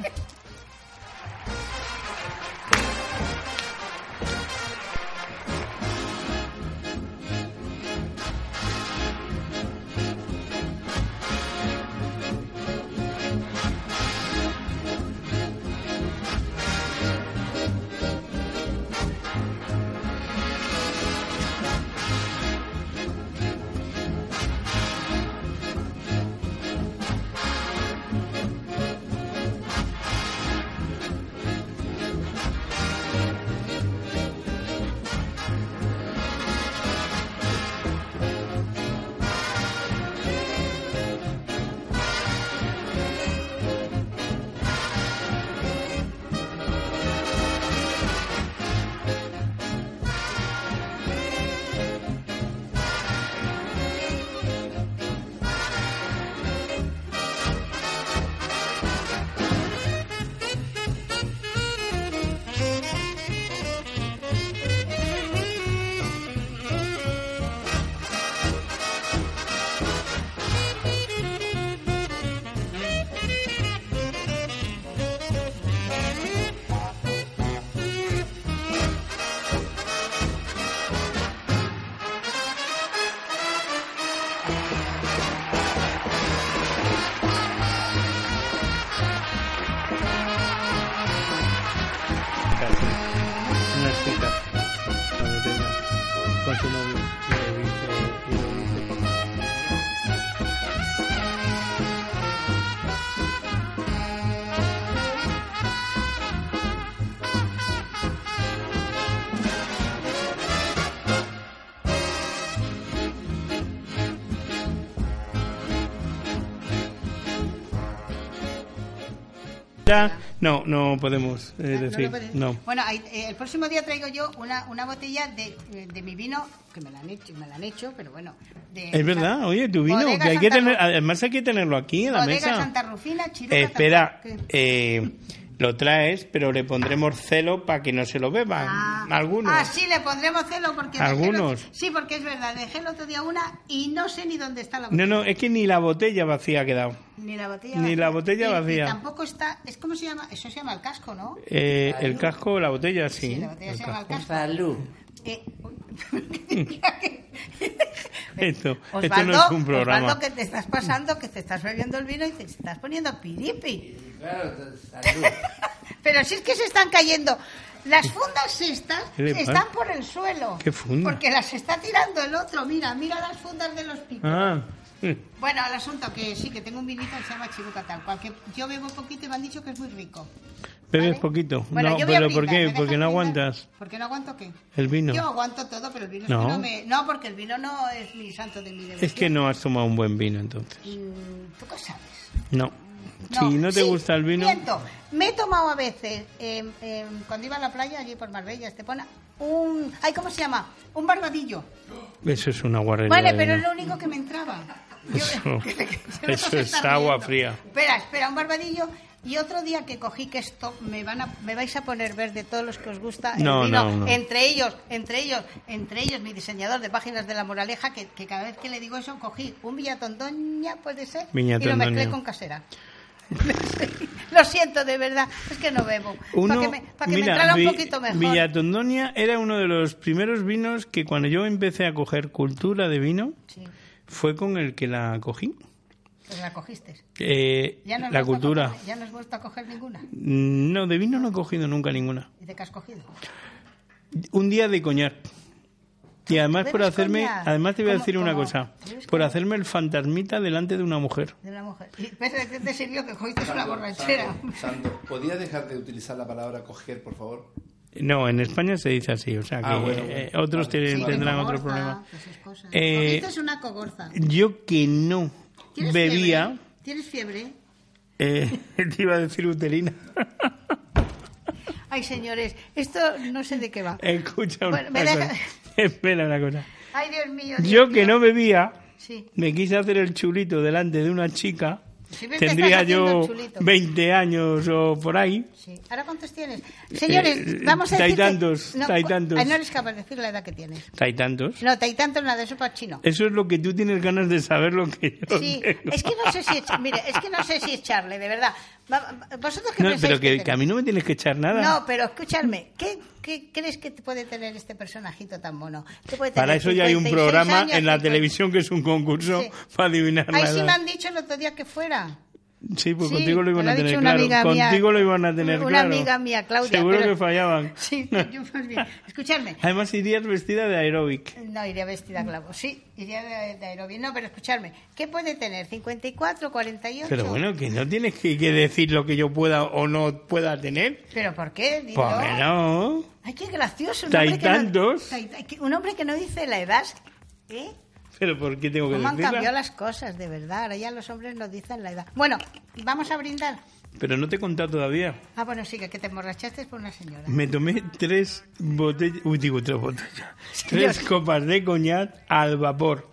S1: Una chica maletera, con su novio. Lo he visto, lo he visto. Ya, no, no podemos eh,
S2: Ah, ¿No
S1: decir,
S2: lo puedes-
S1: no.
S2: Bueno, ahí, eh, el próximo día traigo yo una, una botella de, eh, de mi vino, que me la han hecho, me la han hecho pero bueno. de-
S1: Es verdad, oye, tu vino,
S2: Bodega
S1: que hay que
S2: Santa
S1: tener,
S2: Ru-
S1: además hay que tenerlo aquí en la
S2: Bodega
S1: mesa. Eh,
S2: Santa Rufina, Chiruca,
S1: Espera,
S2: Santa- ¿Qué?
S1: eh, lo traes, pero le pondremos celo para que no se lo beban.
S2: Ah.
S1: Algunos.
S2: Ah, sí, le pondremos celo porque... dejé
S1: Algunos.
S2: el otro- sí, porque es verdad, dejé el otro día una y no sé ni dónde está la botella.
S1: No, no, es que ni la botella vacía ha quedado.
S2: Ni la botella
S1: Ni la botella
S2: Y- y
S1: vacía.
S2: tampoco está... Es como se llama... Eso se llama el casco, ¿no?
S1: Eh, el casco o la botella, sí.
S2: la botella
S1: El
S2: se llama el
S1: casco.
S2: casco.
S6: Salud.
S2: Eh, uy,
S1: *laughs* Esto- esto no
S2: *laughs* Osvaldo,
S1: es un programa.
S2: Osvaldo, que te estás pasando, que te estás bebiendo el vino y te estás poniendo piripi.
S3: *laughs*
S6: Claro, salud.
S2: Pero si es que se están cayendo. Las fundas estas
S1: ¿Qué le pasa?
S2: están por el suelo.
S1: ¿Qué funda?
S2: Porque las está tirando el otro. Mira, mira las fundas de los picos.
S1: Ah,
S2: Bueno, el asunto que sí, que tengo un vinito que se llama Chiruca tal cual. Que yo bebo poquito y me han dicho que es muy rico.
S1: bebes
S2: ¿vale?
S1: poquito.
S2: Bueno,
S1: no,
S2: yo voy a
S1: pero ¿por
S2: brindar,
S1: qué?
S2: ¿me dejas
S1: Porque no
S2: brindar?
S1: aguantas
S2: ¿Por qué no aguanto qué?
S1: el vino.
S2: Yo aguanto todo, pero el vino es
S1: No.
S2: que no me... No, porque el vino no es mi santo de mi devoción.
S1: Es que no has tomado un buen vino, entonces.
S2: Mm, ¿Tú qué sabes?
S1: No. si no te
S2: sí,
S1: gusta el vino,
S2: miento. Me he tomado a veces, eh, eh, cuando iba a la playa, allí por Marbella, Estepona, un... Ay, ¿cómo se llama? Un barbadillo.
S1: eso es una guarrería.
S2: Vale,
S1: de
S2: pero es
S1: vino.
S2: lo único que me entraba.
S1: *laughs*
S2: *laughs*
S1: Eso-
S2: que te- que te
S1: eso
S2: vas a
S1: es
S2: estar
S1: agua
S2: riendo.
S1: fría.
S2: Espera, espera, un barbadillo. Y otro día que cogí que esto me van a, me vais a poner verde todos los que os gusta el
S1: No,
S2: vino.
S1: no, no.
S2: entre ellos, entre ellos, entre ellos mi diseñador de páginas de la moraleja que, que cada vez que le digo eso cogí un villatondoña puede ser y lo
S1: Viñatondoña.
S2: mezclé con casera. *laughs* lo siento de verdad, es que no bebo.
S1: Uno-
S2: para que me, pa' que me
S1: mira,
S2: entrara un
S1: Vi-
S2: poquito mejor.
S1: Villatondonia era uno de los primeros vinos que cuando yo empecé a coger cultura de vino,
S2: Sí,
S1: fue con el que la cogí.
S2: pues la cogiste.
S1: Eh,
S2: Ya no has
S1: la
S2: vuelto a
S1: cultura. Mm,
S2: coger- ya no has vuelto a coger ninguna.
S1: No, de vino no he cogido nunca ninguna.
S2: ¿Y de qué has cogido?
S1: Un día de coñac. Y además por
S2: ¿Bebes
S1: hacerme,
S2: coñac?
S1: además te voy a
S2: ¿Cómo-
S1: decir una
S2: cómo?
S1: cosa,
S2: ¿Bebes
S1: por
S2: coñac?
S1: hacerme el fantasmita delante de una mujer.
S2: De una mujer. Y pese que te sirvió que cogiste una borrachera.
S3: Sandro,
S1: *laughs*
S3: Sandro, ¿podías dejar de utilizar la palabra coger, por favor?
S1: No, en España se dice así, o sea que
S3: Ah, bueno, bueno.
S1: eh, otros
S3: Vale,
S1: te-
S3: sí,
S1: tendrán
S2: Cogorza,
S1: otro problema.
S2: pues es cosa.
S1: Eh,
S2: Cogiste es una cogorza.
S1: Yo que no
S2: ¿Tienes
S1: bebía,
S2: Fiebre? ¿Tienes fiebre?
S1: eh, *laughs* te iba a decir
S2: *laughs*
S1: uterina.
S2: Ay, señores, esto no sé de qué va.
S1: Escucha una
S2: Bueno, me deja-
S1: cosa. *laughs* Espera una cosa.
S2: Ay, Dios mío. Dios
S1: Yo
S2: mío.
S1: que no bebía,
S2: Sí.
S1: me quise hacer el chulito delante de una chica.
S2: Si ves que
S1: Tendría
S2: estás haciendo
S1: yo
S2: el chulito.
S1: 20 años o por ahí.
S2: Sí. ¿Ahora cuántos tienes? Señores,
S1: Eh,
S2: vamos a
S1: tai
S2: decir... que-
S1: tantos, tai
S2: cu-
S1: tantos.
S2: Ay, no eres capaz de decir la edad que tienes.
S1: Hay tantos.
S2: No, hay tanto nada, eso para chino.
S1: Eso es lo que tú tienes ganas de saber lo que yo
S2: Sí,
S1: tengo.
S2: es que no sé si... echa- Mire, es que no sé si echarle, de verdad. Va- va- ¿Vosotros qué
S1: No,
S2: pensáis
S1: pero que,
S2: tenéis?
S1: que a mí no me tienes que echar nada.
S2: No, pero escúchame, ¿qué, qué crees que puede tener este personajito tan mono? Que puede tener
S1: para eso ya hay un
S2: 56
S1: programa
S2: años,
S1: en la
S2: 50.
S1: televisión que es un concurso
S2: Sí.
S1: para adivinar la
S2: Ay, sí
S1: edad.
S2: me han dicho el otro día que fuera.
S1: Sí, pues
S2: Sí,
S1: contigo lo
S2: me
S1: iban
S2: lo
S1: a
S2: ha
S1: tener
S2: dicho una
S1: claro.
S2: amiga mía-
S1: contigo lo iban a tener
S2: una
S1: claro.
S2: amiga mía, Claudia,
S1: Seguro
S2: pero-
S1: que fallaban. *laughs*
S2: Sí, *laughs* yo pues bien. Escuchadme.
S1: Además irías vestida de aeróbic.
S2: No, iría vestida a clavo. Sí, iría de, de aeróbic. No, pero escuchadme. ¿Qué puede tener? ¿54, 48?
S1: Pero bueno, que no tienes que, que decir lo que yo pueda o no pueda tener.
S2: ¿Pero por qué? Dilo.
S1: Pues no.
S2: Ay, qué gracioso. Un
S1: Tai
S2: hombre, que no-
S1: tantos.
S2: Tai- tai- que- un hombre que no dice la edad. ¿Eh?
S1: Pero ¿por qué tengo que
S2: ¿Cómo han
S1: decirla?
S2: cambiado las cosas, de verdad? Ahora ya los hombres no dicen la edad. Bueno, vamos a brindar.
S1: Pero no te he contado todavía.
S2: Ah, bueno, sí, que que te emborrachaste por una señora.
S1: Me tomé tres botellas, uy, digo tres botellas, tres
S2: Dios.
S1: copas de coñac al vapor,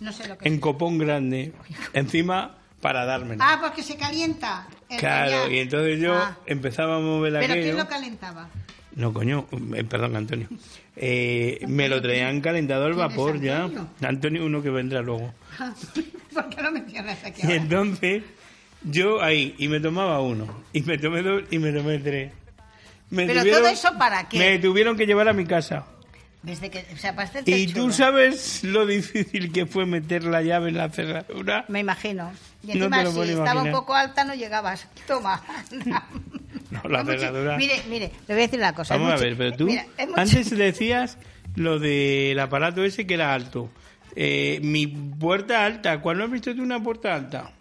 S2: No sé lo que
S1: en
S2: es.
S1: copón grande, encima para dármela.
S2: Ah, porque se calienta. el
S1: claro,
S2: coñac.
S1: y entonces yo
S2: Ah,
S1: empezaba a mover
S2: ¿Pero
S1: aquello.
S2: quién lo calentaba? *laughs*
S1: No, coño, eh, perdón, Antonio. Eh, me lo traían calentado al
S2: ¿Quién es
S1: vapor ya.
S2: Antonio?
S1: Antonio, uno que vendrá luego.
S2: ¿Por qué lo mencionas aquí
S1: Y
S2: ahora?
S1: entonces yo ahí, y me tomaba uno, y me tomé dos, y me tomé tres. Me
S2: Pero todo eso, ¿para qué?
S1: Me tuvieron que llevar a mi casa.
S2: Desde que se aparte el
S1: ¿Y
S2: techo.
S1: tú sabes lo difícil que fue meter la llave en la cerradura?
S2: Me imagino. Y
S1: No
S2: encima,
S1: te lo
S2: si
S1: puedo
S2: estaba un
S1: imaginar.
S2: poco alta, no llegabas.
S1: *laughs*
S2: Toma.
S1: No, la
S2: Es muy chi-
S1: cerradura.
S2: Mire, mire, le voy a decir una cosa. es
S1: Vamos a
S2: muy
S1: ver,
S2: chi-
S1: pero tú
S2: Mira, es muy
S1: antes
S2: chi-
S1: decías lo del aparato ese que era alto. Eh, mi puerta alta, ¿cuándo has visto tú una puerta alta?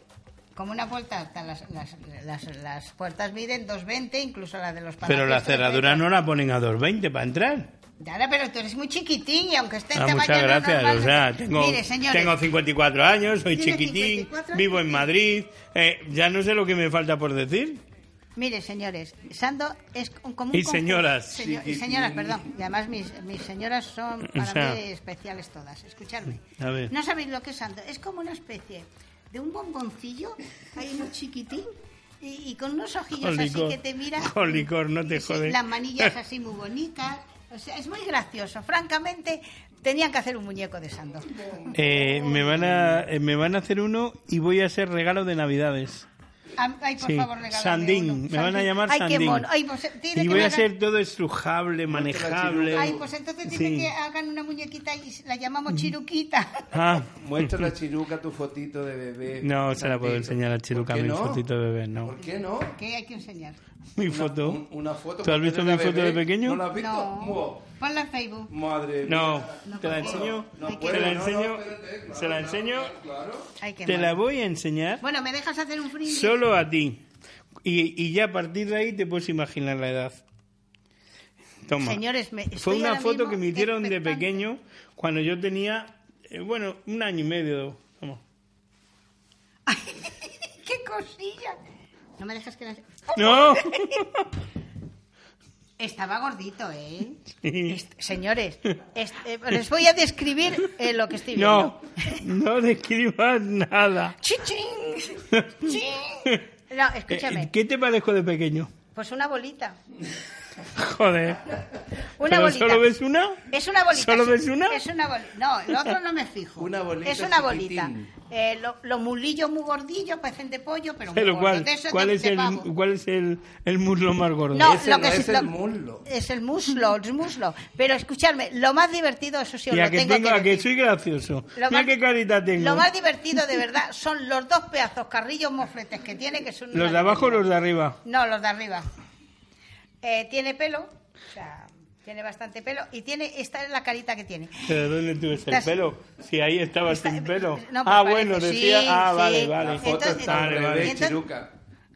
S2: Como una puerta alta, las, las, las, las puertas miden 220, incluso la de los palacios.
S1: Pero la cerradura
S2: 320.
S1: no la ponen a 220 para entrar.
S2: Dara, pero tú eres muy chiquitín y aunque esté en
S1: Ah,
S2: tamaño
S1: muchas
S2: no
S1: gracias.
S2: normal- pues,
S1: o sea, tengo,
S2: Mire, señores,
S1: tengo 54 años, soy
S2: Tiene
S1: chiquitín,
S2: 54
S1: vivo en
S2: años.
S1: Madrid. eh, ya no sé lo que me falta por decir.
S2: mire, señores, Sando es un- como un
S1: Y
S2: conjunto-
S1: señoras.
S2: señor- y señoras, perdón. Y además mis, mis señoras son para
S1: sea.
S2: mí especiales todas. Escuchadme.
S1: A ver.
S2: No sabéis lo que es Sando. Es como una especie de un bomboncillo, ahí muy chiquitín. Y, y con unos ojillos
S1: Con
S2: así
S1: licor.
S2: que te miran.
S1: Con licor, no te
S2: Sí,
S1: jode.
S2: Las manillas así muy bonitas. O sea, es muy gracioso. Francamente, tenían que hacer un muñeco de Sando.
S1: Eh, me, van a, eh, me van a hacer uno y voy a ser regalo de Navidades.
S2: Am- Ay, por
S1: Sí,
S2: favor, regálame
S1: Sandín,
S2: uno.
S1: me van a llamar
S2: Ay, Qué
S1: Sandín.
S2: mono. Ay, pues, tiene
S1: Y
S2: que
S1: voy
S2: me
S1: a
S2: hagan-
S1: ser todo estrujable, manejable.
S2: Ay, pues entonces tiene
S1: Sí.
S2: que hagan una muñequita y la llamamos Chiruquita. *laughs*
S1: Ah,
S3: Muestra a Chiruca tu fotito de bebé.
S1: No, se la puedo
S3: Santito.
S1: enseñar a Chiruca
S3: ¿Por qué
S1: mi
S3: no?
S1: fotito de bebé, no.
S3: ¿Por qué no?
S2: ¿Qué hay que enseñar?
S1: mi
S3: Una-
S1: foto.
S3: un- Una foto.
S1: ¿Tú has
S3: cuando
S1: visto
S3: era
S1: mi foto de
S3: bebé.
S1: pequeño?
S3: ¿No la has visto?
S2: No. Ponla en Facebook.
S3: Mu- Madre
S1: No,
S3: mía.
S1: te la enseño. Te la enseño. Se la enseño.
S2: Ay, qué
S1: Te la
S2: mono.
S1: voy a enseñar
S2: Bueno, ¿me dejas hacer un brindis?
S1: solo a ti. Y, y ya a partir de ahí te puedes imaginar la edad. Toma.
S2: Señores, me-
S1: Fue
S2: estoy
S1: una
S2: ahora
S1: foto
S2: mismo
S1: que me hicieron de
S2: expectante.
S1: pequeño cuando yo tenía, eh, bueno, un año y medio.
S2: *laughs*
S1: Toma.
S2: *laughs* ¡Qué cosilla! No me dejas que la...
S1: ¡No!
S2: Estaba gordito, ¿eh?
S1: Sí.
S2: Est- señores, est- eh, les voy a describir eh, lo que estoy viendo.
S1: No, *laughs* no describas nada. *laughs*
S2: ¡Chichín! ¡Ching! No, escúchame.
S1: Eh, ¿Qué te parezco de pequeño? *laughs*
S2: Pues una bolita.
S1: Joder.
S2: Una
S1: ¿Pero
S2: bolita.
S1: solo ves una?
S2: Es una bolita.
S1: ¿Solo
S2: sí.
S1: ves una?
S2: Es una bolita. No,
S1: *laughs*
S2: el otro no me fijo.
S3: Una bolita
S2: Es una
S3: chiquitín.
S2: bolita. Eh, lo- los mulillos muy gordillos, parecen de pollo, pero, muy
S1: Pero
S2: gordos.
S1: ¿cuál,
S2: De esos
S1: cuál
S2: de-
S1: es
S2: de
S1: el,
S2: pavo.
S1: ¿cuál es el, el muslo más gordo?
S2: No,
S3: Ese
S2: lo
S3: no,
S2: que
S3: es
S2: lo-
S3: el muslo.
S2: Es el muslo, el muslo. Pero escuchadme, lo más divertido, eso sí, os
S1: y a
S2: lo
S1: que,
S2: tengo
S1: tengo,
S2: que
S1: a que
S2: decir.
S1: soy gracioso.
S2: Lo
S1: Mira
S2: más-
S1: qué carita tengo.
S2: Lo más divertido, de verdad, son los dos pedazos carrillos mofletes que tiene, que son... una
S1: los de abajo o
S2: maravilla.
S1: los de arriba.
S2: No, los de arriba. Eh, tiene pelo, o sea, tiene bastante pelo, y tiene, esta es la carita que tiene.
S1: ¿Pero dónde tuviste
S2: Estás-
S1: el pelo? Si ahí estabas sin pelo.
S2: no, pues
S1: ah,
S2: parece-
S1: bueno, decía.
S2: sí,
S1: ah,
S2: sí.
S1: vale,
S3: La
S1: vale.
S3: foto
S2: Entonces-
S3: está al
S1: Vale,
S3: revés,
S1: vale.
S2: Entonces-
S3: Chiruca.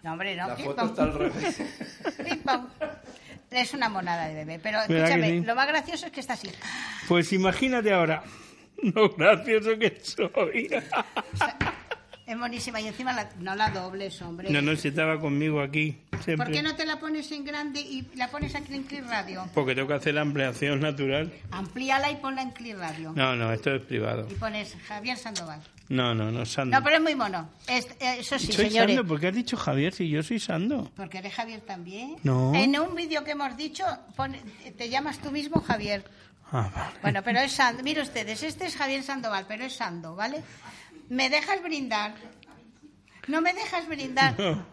S2: No, hombre, no.
S3: La
S2: pim,
S3: foto
S2: pam.
S3: está al revés.
S2: *laughs* Pim, pam. Es una monada de bebé. Pero
S1: ¿Verdad
S2: escúchame,
S1: que sí?
S2: lo más gracioso es que está así.
S1: Pues imagínate ahora. *laughs* Lo gracioso que
S2: *laughs*
S1: soy.
S2: Es buenísima. Y encima la- no la dobles, hombre.
S1: no, no, si estaba conmigo aquí. Siempre.
S2: ¿Por qué no te la pones en grande y la pones aquí en Clear Radio?
S1: Porque tengo que hacer la ampliación natural.
S2: Amplíala y ponla en Clear Radio.
S1: No, no, esto es privado.
S2: Y pones Javier Sandoval.
S1: No, no, no, Sando.
S2: No, pero es muy mono. Es- eh, eso sí,
S1: soy
S2: señores.
S1: Sando, ¿por qué has dicho Javier si yo soy Sando?
S2: Porque eres Javier también.
S1: No.
S2: En un vídeo que hemos dicho, pone- te llamas tú mismo Javier.
S1: Ah, vale.
S2: Bueno, pero es Sando. Mire ustedes, este es Javier Sandoval, pero es Sando, ¿vale? ¿Me dejas brindar? No me dejas brindar.
S1: No.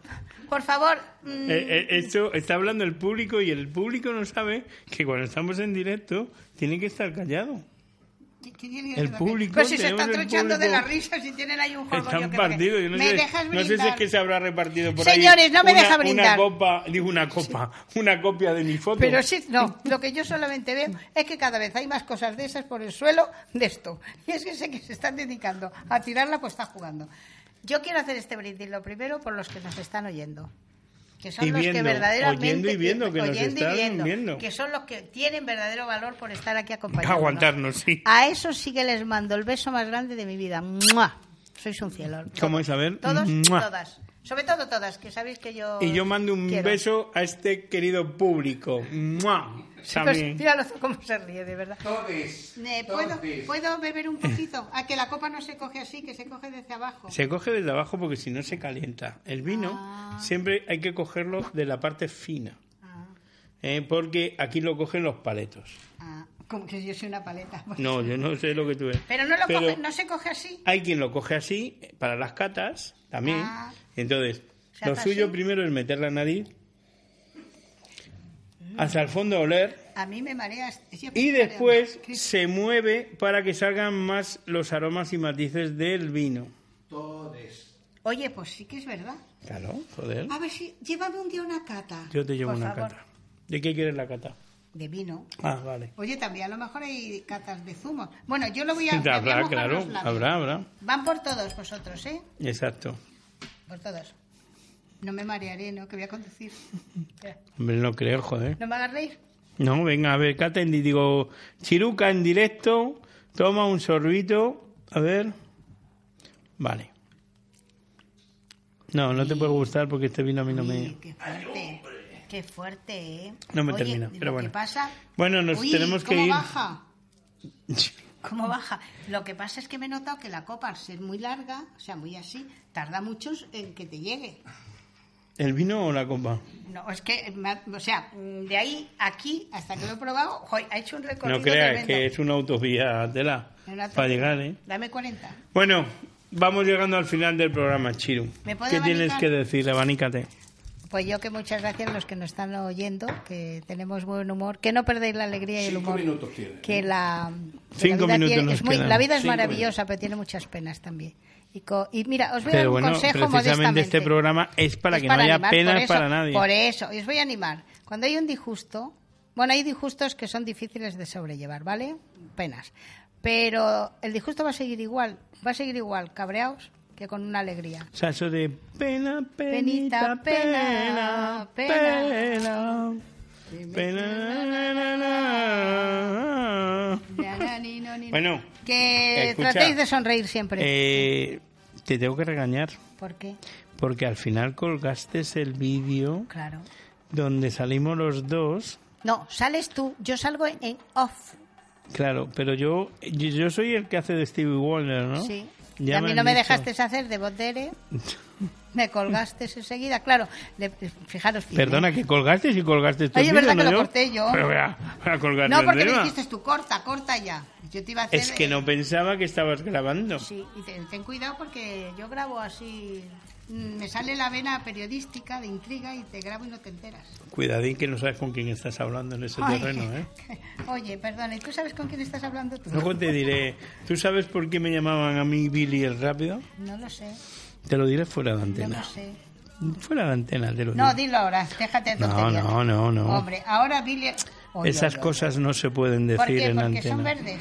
S2: Por favor. mm,
S1: Eh, eh, esto está hablando el público y el público no sabe que cuando estamos en directo tiene que estar callado.
S2: ¿qué- qué tiene que
S1: el
S2: ver?
S1: público,
S2: Pues si se
S1: tenemos
S2: están
S1: el
S2: trochando de
S1: público.
S2: la risa, si tienen ahí un juego.
S1: Están partidos, yo no,
S2: ¿Me
S1: sé,
S2: dejas
S1: no
S2: brindar?
S1: sé si es que se habrá repartido por ahí.
S2: Señores, no me
S1: una-
S2: deja brindar.
S1: Una copa, digo una copa, una copia de mi foto.
S2: Pero sí, no, lo que yo solamente veo es que cada vez hay más cosas de esas por el suelo de esto. Y es que sé que se están dedicando a tirarla, pues está jugando. Yo quiero hacer este brindis lo primero por los que nos están oyendo. Que son
S1: Y
S2: los que
S1: viendo,
S2: verdaderamente.
S1: oyendo y viendo que nos
S2: oyendo y
S1: están
S2: viendo,
S1: viendo.
S2: Que son los que tienen verdadero valor por estar aquí acompañándonos.
S1: Aguantarnos, sí.
S2: A eso sí que les mando el beso más grande de mi vida. ¡Mua! Sois un cielo.
S1: ¿Cómo
S2: Todos,
S1: es? A ver.
S2: Todos,
S1: ¡Mua!
S2: todas. Sobre todo todas, que sabéis que yo.
S1: Y yo mando un
S2: Ah, quiero.
S1: beso a este querido público. ¡Mua!
S2: Pues,
S1: También.
S2: míralo *laughs* cómo se ríe, de verdad.
S3: *laughs* Todes.
S2: Eh, ¿puedo,
S3: todes.
S2: ¿Puedo beber un poquito? A que la copa no se coge así, que se coge desde abajo.
S1: Se coge desde abajo porque si no se calienta. El vino siempre hay que cogerlo de la parte fina.
S2: Ah,
S1: eh, porque aquí lo cogen los paletos.
S2: ah, como que yo soy una paleta.
S1: No, yo no sé lo que tú ves.
S2: Pero no lo coge, no se coge así.
S1: Hay quien lo coge así eh, para las catas también.
S2: Ah.
S1: Entonces,
S2: Se
S1: lo
S2: hace
S1: suyo
S2: así.
S1: primero es meter la nariz
S2: Mm.
S1: hasta el fondo a oler
S2: A mí me este- mareas. siempre
S1: y
S2: me mareo.
S1: después
S2: Cristo.
S1: se mueve para que salgan más los aromas y matices del vino.
S2: Oye, pues sí que es verdad.
S1: Claro, joder.
S2: A ver si. Llévame un día una cata.
S1: Yo te llevo
S2: Ah, por
S1: una
S2: favor.
S1: cata. ¿De qué quieres la cata?
S2: De vino.
S1: Ah, vale.
S2: Oye, también a lo mejor hay catas de zumos. Bueno, yo lo voy a. me voy a
S1: Habrá,
S2: mojar
S1: claro,
S2: los labios.
S1: habrá, habrá.
S2: Van por todos vosotros, ¿eh?
S1: Exacto.
S2: Por todos. No me marearé, ¿no? Que voy a conducir. *laughs*
S1: Hombre, no creo, joder.
S2: ¿No me hagas reír?
S1: No, venga, a ver, cata en di- digo, Chiruca en directo, toma un sorbito, a ver. Vale. No, no te puede gustar porque este vino a mí no
S2: Uy,
S1: me...
S2: qué fuerte. Qué fuerte, ¿eh?
S1: No me
S2: Oye,
S1: termina,
S2: ¿lo
S1: pero bueno.
S2: que pasa?
S1: Bueno, nos
S2: Uy,
S1: tenemos que
S2: ¿cómo
S1: ir.
S2: baja? ¿Cómo baja? Lo que pasa es que me he notado que la copa, al ser muy larga, o sea, muy así, tarda mucho en que te llegue.
S1: ¿El vino o la copa?
S2: No, es que, me ha- o sea, mm, de ahí aquí hasta que lo he probado, jo, ha hecho un recorrido
S1: no creas
S2: tremendo.
S1: que es una autovía tela
S2: Es
S1: para
S2: una autovía.
S1: llegar, ¿eh?
S2: Dame 40.
S1: Bueno, vamos llegando al final del programa, Chiru.
S2: ¿Me puedo
S1: ¿Qué tienes
S2: abanicar?
S1: que decir? Abanícate.
S2: Pues yo que muchas gracias a los que nos están oyendo, que tenemos buen humor, que no perdéis la alegría y el
S3: Cinco
S2: humor.
S3: minutos tiene.
S2: Que la, que
S1: Cinco
S2: la vida,
S1: minutos
S2: tiene-
S1: nos
S2: es muy-
S1: quedan.
S2: la vida es
S3: Cinco
S2: maravillosa, pero tiene muchas penas también. Y, co- y mira, os voy a dar
S1: Pero
S2: un
S1: bueno,
S2: consejo
S1: precisamente este
S2: modestamente.
S1: programa es para
S2: Es
S1: que no haya
S2: animar,
S1: penas
S2: por eso-
S1: para nadie.
S2: Por e- eso, y os voy a animar. Cuando hay un disgusto, bueno, hay disgustos que son difíciles de sobrellevar, ¿vale? Penas. Pero el disgusto va a seguir igual, va a seguir igual, cabreaos, que con una alegría.
S1: O sea, eso de pena, penita,
S2: Penita,
S1: pena,
S2: pena,
S1: pena, pena, na, na, na, na. Bueno,
S2: Que
S1: escucha,
S2: tratéis de sonreír siempre.
S1: eh, te tengo que regañar
S2: ¿Por qué?
S1: porque al final colgaste el vídeo
S2: Claro.
S1: donde salimos los dos.
S2: No, sales tú, yo salgo en off.
S1: Claro, pero yo, yo yo soy el que hace de Stevie Wonder, ¿no?
S2: Sí.
S1: Ya
S2: a mí
S1: han
S2: no me
S1: dicho.
S2: dejaste hacer
S1: *laughs*
S2: de botere. Me colgaste enseguida, claro. le- fijaros. bien,
S1: Perdona,
S2: ¿eh?
S1: que colgaste si colgaste tú.
S2: Oye,
S1: el
S2: ¿verdad
S1: vídeo,
S2: que
S1: no
S2: lo corté yo?
S1: Pero vea, a colgar
S2: No,
S1: el
S2: porque me
S1: tema.
S2: dijiste tú, corta, corta ya. Yo te iba a hacer. eh,
S1: Es que no pensaba que estabas grabando.
S2: Sí, y te- ten cuidado porque yo grabo así. mm, Me sale la vena periodística de intriga y te grabo y no te enteras.
S1: Cuidadín que no sabes con quién estás hablando en ese
S2: Ay.
S1: terreno, ¿eh?
S2: *laughs* Oye, perdona, ¿y tú sabes con quién estás hablando tú?
S1: Luego te diré, ¿tú sabes por qué me llamaban a mí Billy el rápido?
S2: No lo sé,
S1: Te lo diré fuera de
S2: no
S1: antena.
S2: lo sé.
S1: Fuera de antena te lo
S2: No,
S1: diré.
S2: dilo ahora, déjate de
S1: No,
S2: tonterías.
S1: no, no, no.
S2: Hombre, ahora Billy... Oye,
S1: Esas
S2: oye, oye.
S1: cosas no se pueden
S2: ¿Por
S1: decir
S2: qué?
S1: en
S2: Porque son
S1: antena.
S2: verdes.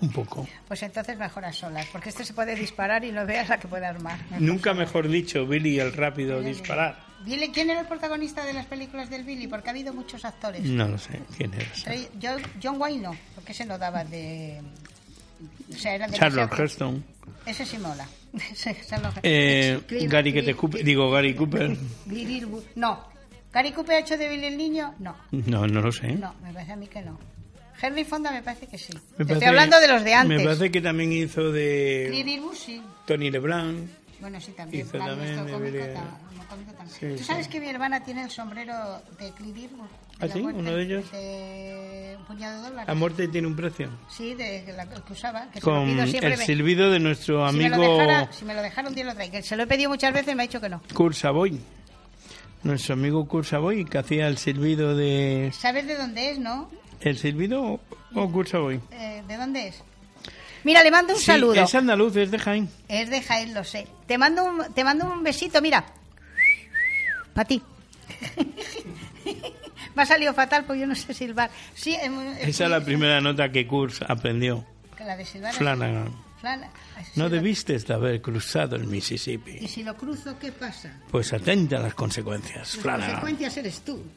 S1: Un poco.
S2: Pues entonces mejor a solas, porque esto se puede disparar y no veas la que puede armar.
S1: Nunca mejor dicho, Billy el rápido disparar.
S2: Billy, ¿quién era el protagonista de las películas del Billy? Porque ha habido muchos actores.
S1: No lo sé quién eres.
S2: Pero yo- John Wayne no, porque se lo daba de... O sea, era de...
S1: Charles Heston.
S2: Ese sí mola. *laughs* Ese Charlotte
S1: Eh,
S2: Heston. Clint-
S1: Gary que te
S2: Clint-
S1: escupe- digo Gary Cooper.
S2: Billy Elwood. No. ¿Gary Cooper ha hecho de Billy el niño? No.
S1: No, no lo sé.
S2: No, me parece a mí que no. Henry Fonda me parece que sí.
S1: ¿Eh? Me
S2: Te
S1: parece-
S2: estoy hablando de los de antes.
S1: Me parece que también hizo
S2: Clint
S1: de
S2: Eastwood, sí.
S1: Tony LeBlanc.
S2: Bueno, sí, también.
S1: Hizo
S2: Claro,
S1: también
S2: esto
S1: de
S2: cómico
S1: Billy-
S2: tam- no cómico también.
S1: Sí,
S2: ¿Tú
S1: sí.
S2: sabes que mi hermana tiene el sombrero de Clint Eastwood?
S1: ¿Ah,
S2: la
S1: sí?
S2: muerte
S1: ¿Uno de ellos?
S2: de un puñado de dólares.
S1: La muerte tiene un precio.
S2: Sí, de la que usaba. Que se lo
S1: Con
S2: pido siempre.
S1: el
S2: me-
S1: silbido de nuestro
S2: Si me, lo
S1: amigo
S2: dejara, si me lo dejara un día lo traigo. Se lo he pedido muchas veces y me ha dicho que no.
S1: Kurt Savoy. Nuestro amigo Kurt Savoy, que hacía el silbido de...
S2: ¿Sabes de dónde es, no?
S1: ¿El silbido o Kurt Savoy?
S2: Eh, ¿De dónde es? Mira, le mando un
S1: Sí,
S2: saludo.
S1: es andaluz, es de Jaén.
S2: Es de Jaén, lo sé. Te mando un, te mando un besito, mira. Para ti. *laughs* Me ha salido fatal porque yo no sé silbar. Sí, em, em,
S1: Esa es la primera nota que Kurt aprendió.
S2: La de silbar. es-
S1: Flanagan.
S2: Flana-
S1: No
S2: si lo-
S1: debiste de haber cruzado el
S2: Y
S1: Mississippi.
S2: si lo cruzo, ¿qué pasa?
S1: Pues atenta a las consecuencias,
S2: Las
S1: Flanagan.
S2: consecuencias eres tú. *laughs*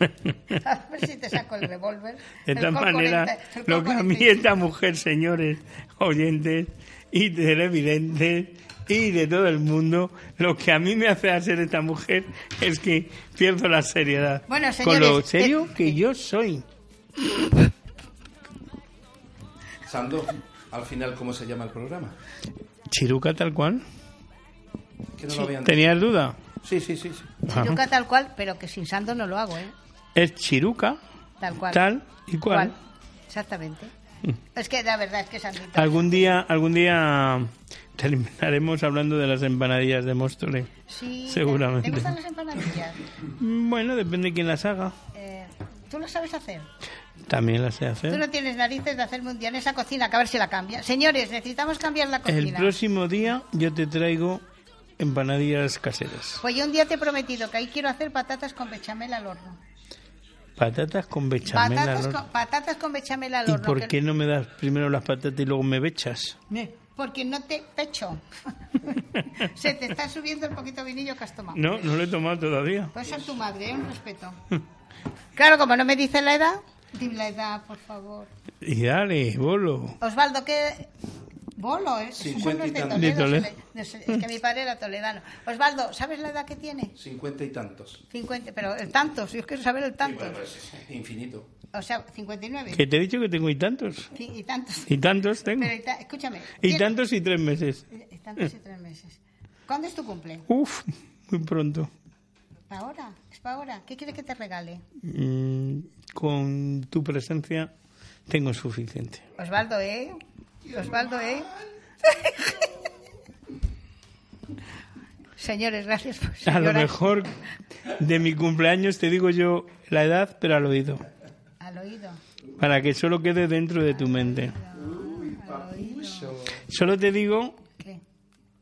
S2: A ver si te saco el revólver.
S1: De
S2: el
S1: tal
S2: Colt
S1: manera,
S2: 40, el
S1: lo
S2: Colt
S1: que a mí
S2: 45.
S1: esta mujer, señores, oyentes y televidentes y de todo el mundo, lo que a mí me hace hacer esta mujer es que pierdo la seriedad.
S2: Bueno,
S1: Con lo
S2: señores,
S1: serio
S2: eh,
S1: que yo soy.
S3: Sando, al final, ¿cómo se llama el programa?
S1: Chiruca tal cual.
S3: Que no lo habían
S1: ¿Tenías duda?
S3: Sí, sí, sí. sí.
S1: Ajá.
S2: Yuca tal cual, pero que sin sando no lo hago, ¿eh?
S1: Es Chiruca
S2: Tal cual.
S1: tal y cual. Mm.
S2: Exactamente. Es que la verdad es que Sandrita.
S1: Algún día, algún día terminaremos hablando de las empanadillas de Móstoles.
S2: Sí,
S1: Seguramente.
S2: ¿Te gustan las empanadillas? Mm.
S1: Bueno, depende de quién las haga.
S2: Eh, ¿Tú lo sabes hacer?
S1: También las sé
S2: Tú
S1: hacer.
S2: no tienes narices de hacerme un día en esa cocina, que a ver si la cambia. Señores, necesitamos cambiar la
S1: El
S2: cocina.
S1: próximo día yo te traigo empanadillas caseras.
S2: Pues yo un día te he prometido que ahí quiero hacer patatas con bechamel al horno.
S1: Patatas con bechamel. al
S2: patatas,
S1: horno.
S2: con, patatas con bechamel al
S1: ¿Y
S2: horno.
S1: por
S2: que-
S1: qué no me das primero las patatas y luego me
S2: *laughs*
S1: bechas?
S2: Eh, Porque no te pecho. *laughs* Se te está subiendo el poquito vinillo que has tomado.
S1: No, no lo he tomado todavía.
S2: Pues ser tu madre, ¿eh? un respeto. Claro, como no me dice la edad, dime la edad, por favor.
S1: Y dale, bolo.
S2: Osvaldo, ¿qué...? Bolo, ¿eh? Esos son los de
S3: Cincuenta
S2: Toledo.
S1: y tantos. De
S2: se le- no sé, Es que mi padre era toledano. Osvaldo, ¿sabes la edad que tiene?
S3: Cincuenta y tantos.
S2: 50, pero el tanto, si yo quiero saber el
S3: Y
S2: tanto.
S3: bueno, pues, infinito.
S2: O sea, 59.
S1: Que te he dicho que tengo y tantos.
S2: Sí, Y
S1: *laughs*
S2: tantos.
S1: Y tantos tengo.
S2: Pero y ta- escúchame.
S1: Y
S2: tiene-
S1: tantos y tres meses.
S2: y tantos y tres meses. ¿Cuándo es tu cumple?
S1: Uf, muy pronto.
S2: ¿Para ahora? ¿Es para ahora? ¿Qué quieres que te regale?
S1: Mm, con tu presencia tengo suficiente.
S2: Osvaldo, ¿eh? Osvaldo,
S1: *laughs*
S2: ¿eh? Señores, gracias por
S1: A lo
S2: llorar.
S1: mejor de mi cumpleaños te digo yo la edad, pero al oído.
S2: Al oído.
S1: Para que solo quede dentro de tu mente. Solo te digo
S2: ¿Qué?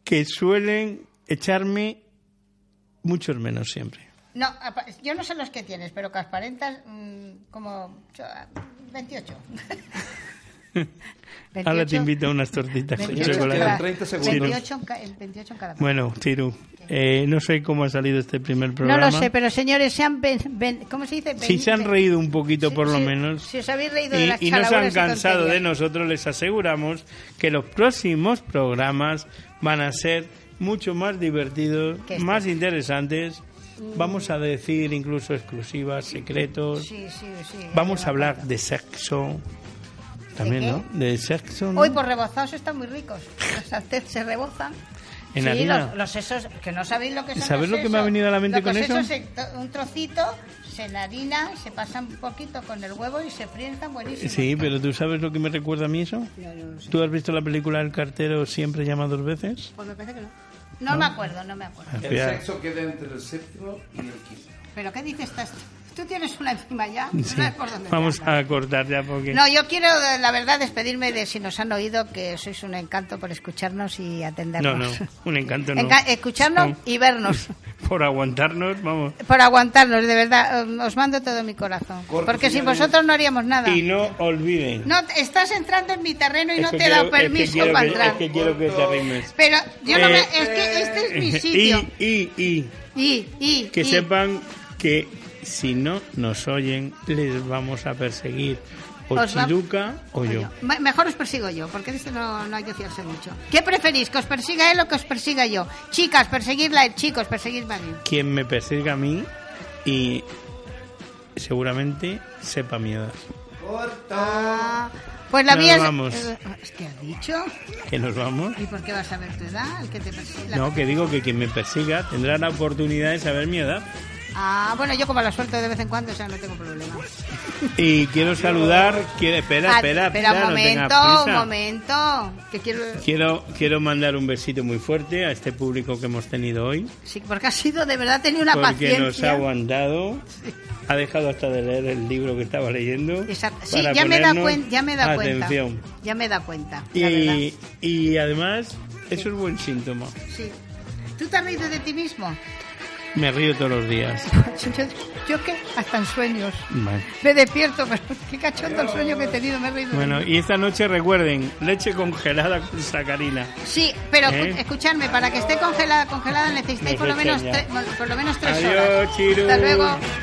S1: que suelen echarme muchos menos siempre.
S2: No, apa- yo no sé los que tienes, pero que aparentas mm, como cho-
S1: *laughs*
S2: 28. 28.
S1: Ahora te invito a unas tortitas con
S2: 28 en
S3: Nos
S1: chocolate.
S2: cada-
S3: quedan 30 segundos.
S2: 28 en ca- en 28 en cada
S1: Bueno, Tiru, eh, no sé cómo ha salido este primer
S2: No
S1: programa.
S2: lo sé, pero señores, se han ben- ben- ¿cómo se dice?
S1: Si
S2: Ben-
S1: se han
S2: ben-
S1: reído un poquito,
S2: Sí,
S1: por lo
S2: sí,
S1: menos.
S2: Si os habéis reído de las
S1: y, y no se han
S2: chalaburas y
S1: cansado de
S2: tonterías.
S1: nosotros, les aseguramos que los próximos programas van a ser mucho más divertidos,
S2: Que este. Mm.
S1: más interesantes, vamos a decir incluso exclusivas, secretos,
S2: Sí, sí, sí.
S1: vamos a hablar de sexo, también,
S2: qué?
S1: ¿no? De sexo, ¿no?
S2: Hoy por rebozados están muy ricos. Los sartén se rebozan.
S1: En
S2: sí,
S1: harina.
S2: los, los sesos, que no sabéis lo que son
S1: ¿Sabéis
S2: los
S1: lo que me ha
S2: sesos?
S1: venido a la mente
S2: Los
S1: con
S2: sesos
S1: eso?
S2: se to- un trocito, se la harina, se pasan un poquito con el huevo y se fríen tan buenísimos.
S1: Sí, pero ¿tú sabes lo que me recuerda a mí eso?
S2: No, no sé.
S1: ¿Tú has visto la película El cartero siempre llama dos veces?
S2: Pues me parece que no. No, me acuerdo, no me acuerdo.
S3: El
S1: Cuidado.
S3: sexo queda entre el séptimo y el quinto.
S2: ¿Pero qué dices? Estás... Tú tienes una encima ya.
S1: Sí.
S2: No sabes por dónde te
S1: Vamos
S2: anda.
S1: a cortar ya porque...
S2: No, yo quiero, eh, la verdad, despedirme de si nos han oído, que sois un encanto por escucharnos y
S1: No,
S2: atendernos.
S1: no, un encanto no.
S2: Enca- escucharnos
S1: No. *laughs*
S2: y vernos.
S1: Por aguantarnos, vamos.
S2: Por aguantarnos, de verdad, eh, os mando todo mi corazón.
S3: Corto,
S2: Porque sin
S3: señores.
S2: vosotros no haríamos nada.
S1: Y no olviden.
S2: No, te- estás entrando en mi terreno y
S1: Es
S2: no
S1: que
S2: te he dado
S1: quiero- es que
S2: permiso
S1: quiero
S2: para
S1: que-
S2: entrar.
S1: Es que quiero que te arrimes.
S2: Pero yo no
S1: Eh,
S2: me- es que este es mi sitio.
S1: Y, y, y,
S2: Y, y,
S1: que
S2: y.
S1: sepan que si no nos oyen, les vamos a perseguir. O
S2: Os va-
S1: Chiruca o yo.
S2: Me- Mejor os persigo yo, porque de esto no, no hay que fiarse mucho. ¿Qué preferís? ¿Que os persiga él o que os persiga yo? Chicas, perseguirla él. Chicos, perseguidme a mí.
S1: Quien me persiga a mí y seguramente sepa miedo.
S2: Ah, pues la
S1: Nos
S2: mía es...
S1: vamos.
S2: eh, es que has dicho.
S1: Que nos vamos.
S2: ¿Y por qué vas a ver tu edad? El que te persigue. la-
S1: No, que digo que quien me persiga tendrá la oportunidad de saber mi edad.
S2: Ah, bueno, yo como la suelto de vez en cuando, o sea, no tengo problema.
S1: Y quiero saludar. Quiere, espera,
S2: Ah,
S1: espera,
S2: espera un
S1: espera, no
S2: momento,
S1: tengas prisa.
S2: un momento. Que quiero...
S1: Quiero, quiero mandar un besito muy fuerte a este público que hemos tenido hoy,
S2: Sí, porque has sido, de verdad, tenido una
S1: porque nos ha
S2: paciencia.
S1: aguantado, ha dejado hasta de leer el libro que estaba leyendo.
S2: Exacto. Sí,
S1: para
S2: ya me, da
S1: ponernos
S2: cuen- ya me da cuenta.
S1: atención.
S2: Ya me da cuenta. la verdad.
S1: Y, y además, eso es buen síntoma.
S2: Sí. ¿Tú te has reído de ti mismo? *laughs*
S1: Me río todos los días.
S2: Yo, yo- yo que hasta en sueños.
S1: Vale.
S2: Me despierto, pero qué cachondo el sueño que he tenido, me he reído. de
S1: Bueno, y esta noche recuerden, leche congelada con sacarina.
S2: mí. Sí, pero
S1: ¿Eh?
S2: escu- escuchadme, para que esté congelada, congelada necesitáis por lo menos,
S1: Necesitas ya.
S2: tre- por lo menos tres
S1: Adiós,
S2: horas.
S1: Chiru.
S2: Hasta luego.